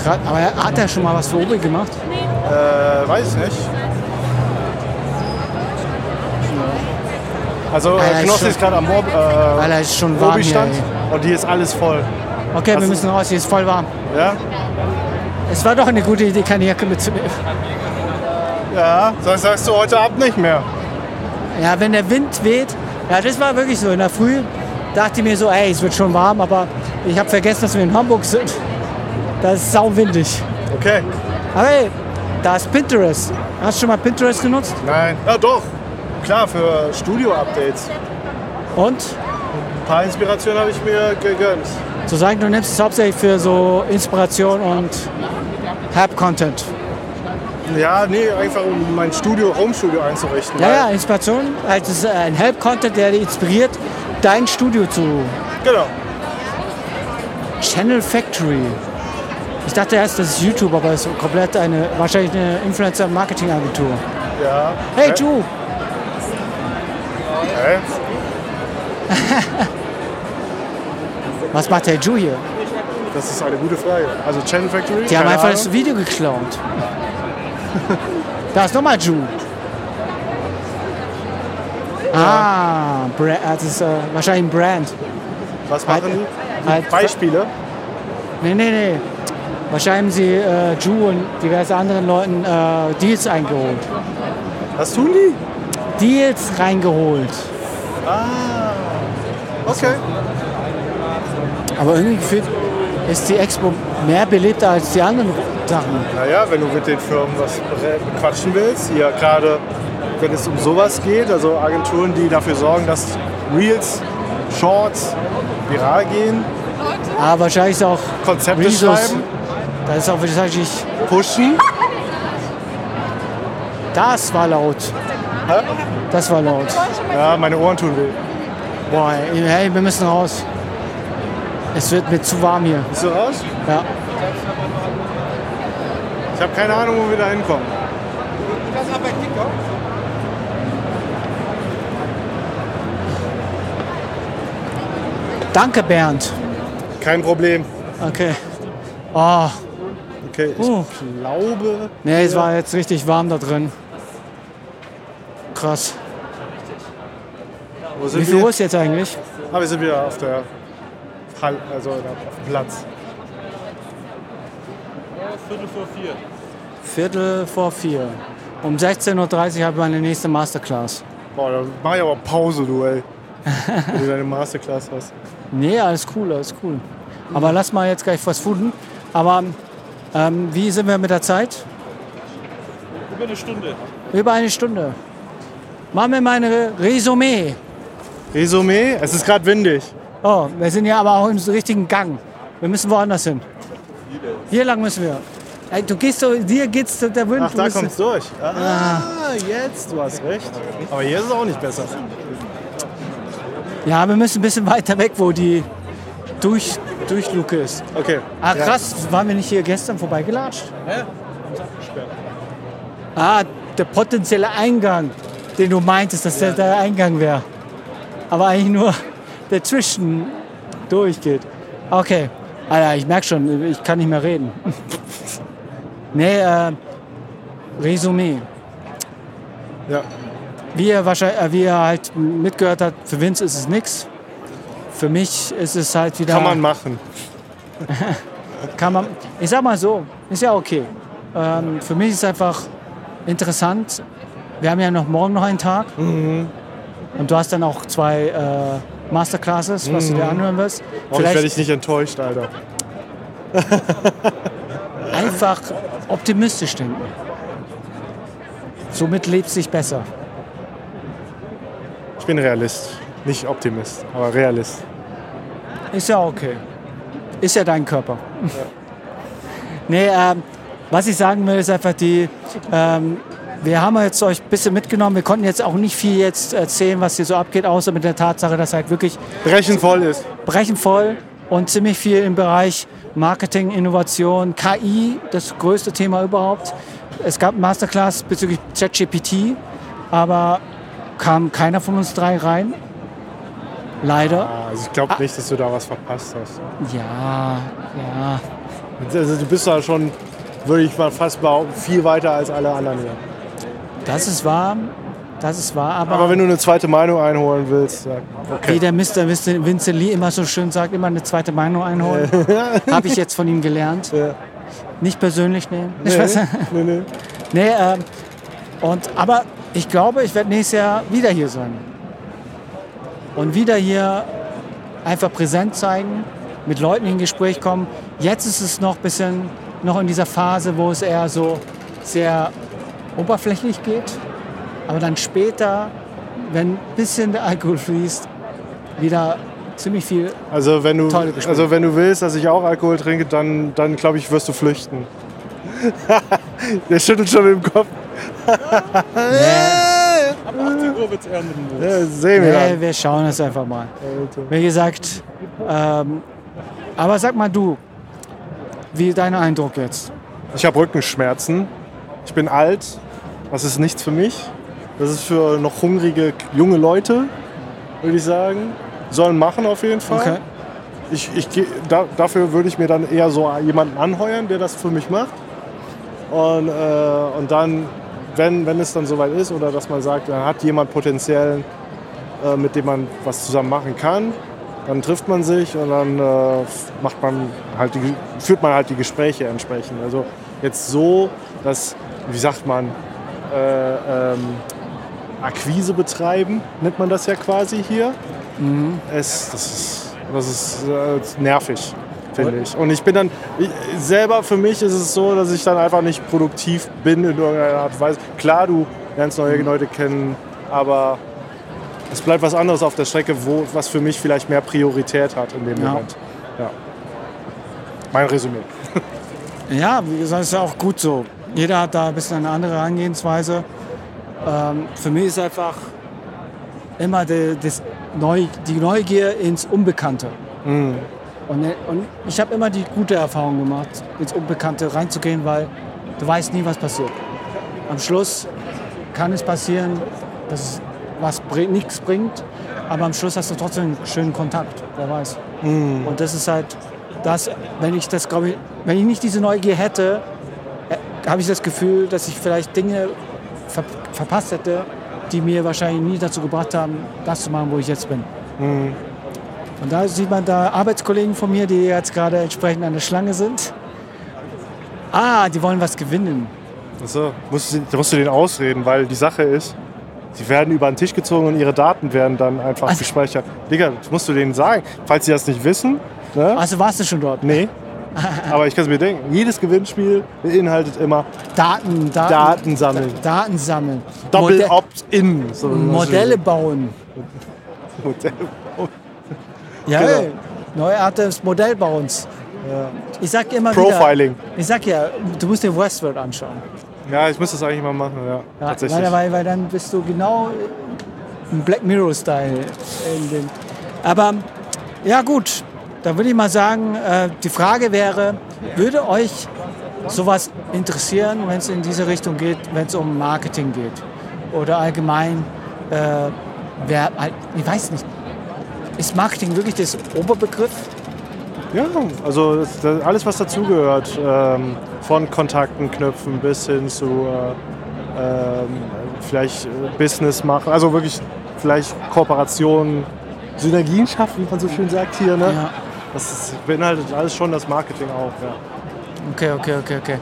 Grad, aber hat er schon mal was für Obi gemacht?
Äh, weiß nicht. Also
Ah, ja,
äh,
ist
Knossi
schon-
ist gerade am Mob,
Weil
äh,
er ist schon warm hier.
Obi-Stand
ey.
und hier ist alles voll.
Okay, wir
Hast du-
müssen raus, hier ist voll warm.
Ja?
Es war doch eine gute Idee, keine Jacke mitzunehmen.
Ja, sonst Ah, sagst du heute Abend nicht mehr.
Ja, wenn der Wind weht, ja, das war wirklich so. In der Früh dachte ich mir so, ey, es wird schon warm, aber ich habe vergessen, dass wir in Hamburg sind. Da ist sauwindig.
Okay.
Aber hey, da ist Pinterest. Hast du schon mal Pinterest genutzt?
Nein. Ja, doch. Klar, für Studio-Updates.
Und?
Ein paar Inspirationen habe ich mir gegönnt.
Zu sagen, du nimmst es hauptsächlich für so Inspiration und Hab-Content.
Ja, nee, einfach um mein Studio, Home-Studio einzurichten.
Ja,
weil-
ja, Inspiration. Also es ist ein Help-Content, der dich inspiriert, dein Studio zu
Genau.
Channel Factory. Ich dachte erst, das ist YouTube, aber es ist komplett eine, wahrscheinlich eine Influencer-Marketing-Agentur.
Ja.
Hey,
Hä?
Ju!
Hä?
Was macht der Ju hier?
Das ist eine gute Frage. Also Channel Factory?
Die haben
Keine
einfach
Ahnung.
das Video geklaut. da ist nochmal Ju. Ah, Bra äh, das ist äh, wahrscheinlich ein Brand.
Was machen die?
Halt-
Beispiele?
Nee, nee, nee. Wahrscheinlich haben sie äh, Ju und diverse anderen Leuten äh, Deals eingeholt.
Was tun die?
Deals reingeholt.
Ah. Okay.
Aber irgendwie gefühlt ist die Expo mehr belebt als die anderen Sachen.
Naja, wenn du mit den Firmen was re- quatschen willst, ja gerade wenn es um sowas geht, also Agenturen, die dafür sorgen, dass Reels, Shorts viral gehen,
Aber wahrscheinlich ist auch
Konzepte
Resource-
schreiben,
Da ist auch wahrscheinlich
pushen.
Das war laut.
Hä?
Das war laut.
Ja, meine Ohren tun weh.
Boah, ey, hey, wir müssen raus. Es wird mir zu warm hier.
Bist du raus?
Ja.
Ich habe keine Ahnung, wo wir da hinkommen.
Danke, Bernd.
Kein Problem.
Okay. Oh,
Okay, ich
Uh.
glaube,
nee, es war jetzt richtig warm da drin. Krass.
wo
Wie
sind
viel
wir?
Uhr ist jetzt eigentlich?
Ah, wir sind wieder auf der Hall, also auf dem Platz.
Viertel vor vier.
Viertel vor vier. Um 16.30 Uhr habe ich meine nächste Masterclass.
Boah, da mach ich aber Pause, du, ey. Wenn du deine Masterclass hast.
Nee, alles cool, alles cool. Aber lass mal jetzt gleich was fooden. Aber ähm, wie sind wir mit der Zeit?
Über eine Stunde.
Über eine Stunde. Machen wir meine Resümee.
Resümee, es ist gerade windig.
Oh, wir sind ja aber auch im richtigen Gang. Wir müssen woanders hin. Hier lang müssen wir. Ey, du gehst so, dir geht's so der Wind.
Ach,
du
da
bist-
kommt's durch. Ah, jetzt, du hast recht. Aber hier ist es auch nicht besser.
Ja, wir müssen ein bisschen weiter weg, wo die durch, durch Luke ist.
Okay.
Ah, krass, waren wir nicht hier gestern vorbeigelatscht?
Ja.
Ah, der potenzielle Eingang, den du meintest, dass der der Eingang wäre. Aber eigentlich nur der Zwischen durchgeht. Okay. Alter, ich merke schon, ich kann nicht mehr reden. nee, äh, Resümee.
Ja.
Wie ihr, wahrscheinlich, äh, wie ihr halt mitgehört habt, für Vince ist es nix. Für mich ist es halt wieder...
Kann man machen.
kann man, ich sag mal so, ist ja okay. Ähm, für mich ist es einfach interessant. Wir haben ja noch morgen noch einen Tag. Und du hast dann auch zwei äh, Masterclasses, was du dir anhören wirst.
Hoffentlich werde ich nicht enttäuscht, Alter.
einfach optimistisch denken. Somit lebt sich besser.
Ich bin Realist. Nicht Optimist, aber Realist.
Ist ja okay. Ist ja dein Körper. nee, ähm, was ich sagen will, ist einfach die, ähm, wir haben jetzt euch ein bisschen mitgenommen. Wir konnten jetzt auch nicht viel jetzt erzählen, was hier so abgeht, außer mit der Tatsache, dass halt wirklich
Brechen voll ist.
brechen voll und ziemlich viel im Bereich Marketing, Innovation, KI, das größte Thema überhaupt. Es gab einen Masterclass bezüglich ChatGPT, aber kam keiner von uns drei rein. Leider.
Also ich glaube nicht, dass du da was verpasst hast.
Ja, ja.
Also du bist da schon, würde ich mal fast behaupten, viel weiter als alle anderen hier.
Das ist wahr. Das ist wahr, aber,
Aber wenn du eine zweite Meinung einholen willst, ja.
wie der Mr. Winston- Vincent Lee immer so schön sagt, immer eine zweite Meinung einholen. Habe ich jetzt von ihm gelernt.
Ja.
Nicht persönlich nehmen. Ich weiß-
Nee, nee, nee.
Nee, ähm, und, aber ich glaube, ich werde nächstes Jahr wieder hier sein. Und wieder hier einfach präsent zeigen, mit Leuten in Gespräch kommen. Jetzt ist es noch ein bisschen, noch in dieser Phase, wo es eher so sehr oberflächlich geht. Aber dann später, wenn ein bisschen der Alkohol fließt, wieder ziemlich viel.
Also wenn du,
Tolle Gespräche.
also wenn du willst, dass ich auch Alkohol trinke, dann, dann glaube ich, wirst du flüchten. der schüttelt schon mit dem Kopf.
Ab 18 Uhr wird's eher mit dem Boot.
Ja, sehen wir
Nee,
dann.
wir schauen es einfach mal. Wie gesagt, ähm, aber sag mal du, wie dein Eindruck jetzt?
Ich habe Rückenschmerzen. Ich bin alt. Das ist nichts für mich. Das ist für noch hungrige junge Leute, würde ich sagen. Sollen machen auf jeden Fall.
Okay.
Ich, ich, geh- da, dafür würde ich mir dann eher so jemanden anheuern, der das für mich macht. Und, äh, und dann, wenn, wenn es dann soweit ist oder dass man sagt, da hat jemand potenziell, äh, mit dem man was zusammen machen kann, dann trifft man sich und dann äh, macht man halt die, führt man halt die Gespräche entsprechend. Also jetzt so, dass, wie sagt man, äh, ähm, Akquise betreiben, nennt man das ja quasi hier. Es, das ist, das ist äh, nervig, finde ich. Und ich bin dann, ich, selber für mich ist es so, dass ich dann einfach nicht produktiv bin in irgendeiner Art und Weise. Klar, du lernst neue Leute kennen, aber es bleibt was anderes auf der Strecke, wo, was für mich vielleicht mehr Priorität hat in dem
Ja.
Moment. Ja. Mein Resümee.
Ja, wie gesagt, ist ja auch gut so. Jeder hat da ein bisschen eine andere Herangehensweise. Ähm, für mich ist einfach immer die, das Neu, die Neugier ins Unbekannte. Und, äh, und ich habe immer die gute Erfahrung gemacht, ins Unbekannte reinzugehen, weil du weißt nie, was passiert. Am Schluss kann es passieren, dass es was bring, nichts bringt, aber am Schluss hast du trotzdem einen schönen Kontakt, wer weiß. Und das ist halt das, wenn ich das glaube ich, wenn ich nicht diese Neugier hätte, äh, habe ich das Gefühl, dass ich vielleicht Dinge ver verpasst hätte, die mir wahrscheinlich nie dazu gebracht haben, das zu machen, wo ich jetzt bin.
Mhm.
Und da sieht man da Arbeitskollegen von mir, die jetzt gerade entsprechend an der Schlange sind. Ah, die wollen was gewinnen.
Also, musst, du- da musst du den ausreden, weil die Sache ist, sie werden über den Tisch gezogen und ihre Daten werden dann einfach
Also-
gespeichert. Digga, das musst du denen sagen. Falls sie das nicht wissen, ne?
Also warst du schon dort?
Nee. Aber ich kann es mir denken. Jedes Gewinnspiel beinhaltet immer
Daten, Daten,
Daten sammeln.
Daten sammeln.
Double
Mode-
Opt-in. So
Modelle bauen.
Modelle.
Ja,
Genau.
ey, neue Art des Modellbauens. Ich sag immer
Profiling.
wieder, ich sag ja, du musst dir Westworld anschauen.
Ja, ich muss das eigentlich mal machen, ja.
Ja,
Tatsächlich.
Weil, weil, weil dann bist du genau im Black Mirror-Style. in dem- Aber ja gut, Da würde ich mal sagen, äh, die Frage wäre, würde euch sowas interessieren, wenn es in diese Richtung geht, wenn es um Marketing geht? Oder allgemein, äh, wer, ich weiß nicht, ist Marketing wirklich das Oberbegriff?
Ja, also das, das, alles, was dazugehört, ähm, von Kontakten knüpfen bis hin zu äh, ähm, vielleicht äh, Business machen, also wirklich vielleicht Kooperationen, Synergien schaffen, wie man so schön sagt hier. Ne?
Ja.
Das ist, beinhaltet alles schon das Marketing auch. Ja.
Okay, okay, okay, okay.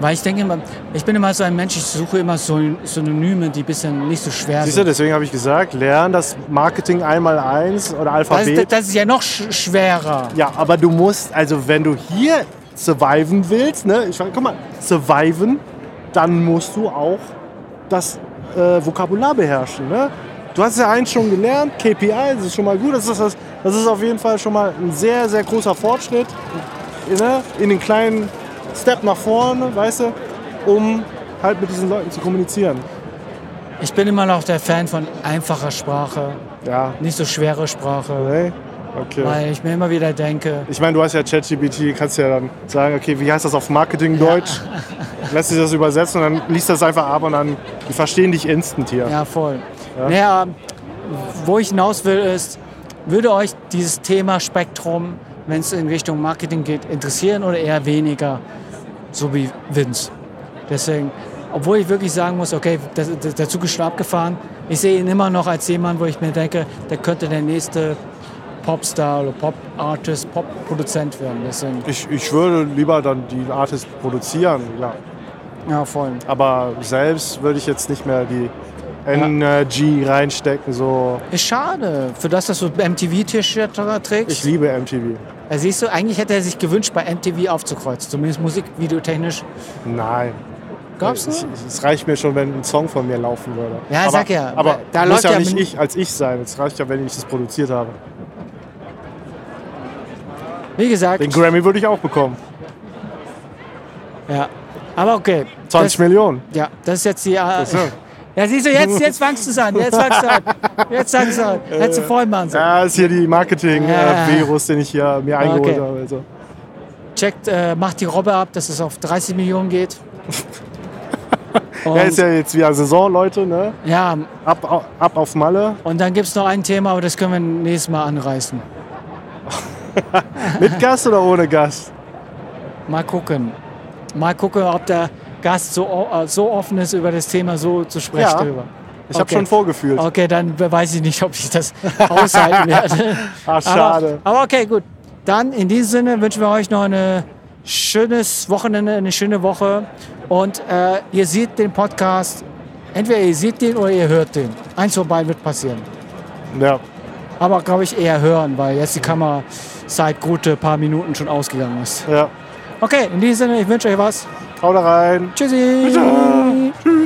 Weil ich denke immer, ich bin immer so ein Mensch, ich suche immer so Synonyme, die ein bisschen nicht so schwer
Siehst du,
sind.
deswegen habe ich gesagt, lern das Marketing einmal eins oder
Das,
Alphabet.
ist- das ist ja noch sch schwerer.
Ja, aber du musst, also wenn du hier surviven willst, ne, ich meine, guck mal, surviven, dann musst du auch das äh, Vokabular beherrschen, ne? Du hast ja eins schon gelernt, KPI, das ist schon mal gut, das ist, das, das ist auf jeden Fall schon mal ein sehr, sehr großer Fortschritt, ne? in den kleinen Step nach vorne, weißt du, um halt mit diesen Leuten zu kommunizieren.
Ich bin immer noch der Fan von einfacher Sprache,
Ja,
nicht so schwere Sprache.
ne? Okay.
Weil ich mir immer wieder denke,
Ich meine, du hast ja ChatGPT, kannst ja dann sagen, okay, wie heißt das auf Marketing-Deutsch? Lässt sich das übersetzen und dann liest das einfach ab und dann die verstehen dich instant hier.
ja voll. Naja, wo ich hinaus will ist, würde euch dieses Thema Spektrum, wenn es in Richtung Marketing geht, interessieren oder eher weniger, so wie Vince? Deswegen, obwohl ich wirklich sagen muss, okay, das, das, der Zug ist schon abgefahren, ich sehe ihn immer noch als jemand, wo ich mir denke, der könnte der nächste Popstar oder Pop-Artist, Pop-Produzent werden. Deswegen,
Ich, ich würde lieber dann die Artists produzieren, klar.
ja, voll.
Aber selbst würde ich jetzt nicht mehr die Energy reinstecken, so.
Ist schade, für das, dass du MTV-T-Shirt trägst.
Ich liebe MTV.
Also siehst du, eigentlich hätte er sich gewünscht, bei MTV aufzukreuzen. Zumindest musikvideotechnisch.
Nein.
Glaubst du?
Ich- ich- Es reicht mir schon, wenn ein Song von mir laufen würde.
Ja,
aber,
sag ja,
Aber da
da
muss
läuft
ja
ja
nicht
mit-
ich als ich sein. Es reicht ja, wenn ich das produziert habe.
Wie gesagt.
Den Grammy würde ich auch bekommen.
ja. Aber okay.
20
das,
Millionen.
Ja, das ist jetzt die. Äh,
so.
ja, siehst du, jetzt, jetzt fangst du es an. Jetzt fangst du an. Jetzt fangst du an.
Äh.
Hättest du vorhin machen sollen.
Ja, ist hier die
Ja.
Marketing-Virus, den ich hier mir eingeholt
Okay.
habe. Also.
Checkt, äh, macht die Robbe ab, dass es auf 30 Millionen geht. Und,
Ja, ist ja jetzt wieder Saison, Leute. Ne?
ja,
Ab, ab auf Malle.
und dann gibt es noch ein Thema, aber das können wir nächstes Mal anreißen.
Mit Gast oder ohne Gast?
Mal gucken. Mal gucken, ob der Gast so, o- äh, so offen ist, über das Thema so zu sprechen.
Ja.
Drüber.
Ich habe
Okay.
schon vorgefühlt.
Okay, dann weiß ich nicht, ob ich das aushalten werde.
Ach, schade.
Aber, aber okay, gut. Dann in diesem Sinne wünschen wir euch noch ein schönes Wochenende, eine schöne Woche. Und äh, ihr seht den Podcast, entweder ihr seht den oder ihr hört den. Eins von beiden wird passieren.
Ja.
Aber glaube ich eher hören, weil jetzt die Kamera seit gute paar Minuten schon ausgegangen ist.
ja.
Okay, in diesem Sinne, ich wünsche euch was.
Haut rein.
Tschüssi. Tschüss.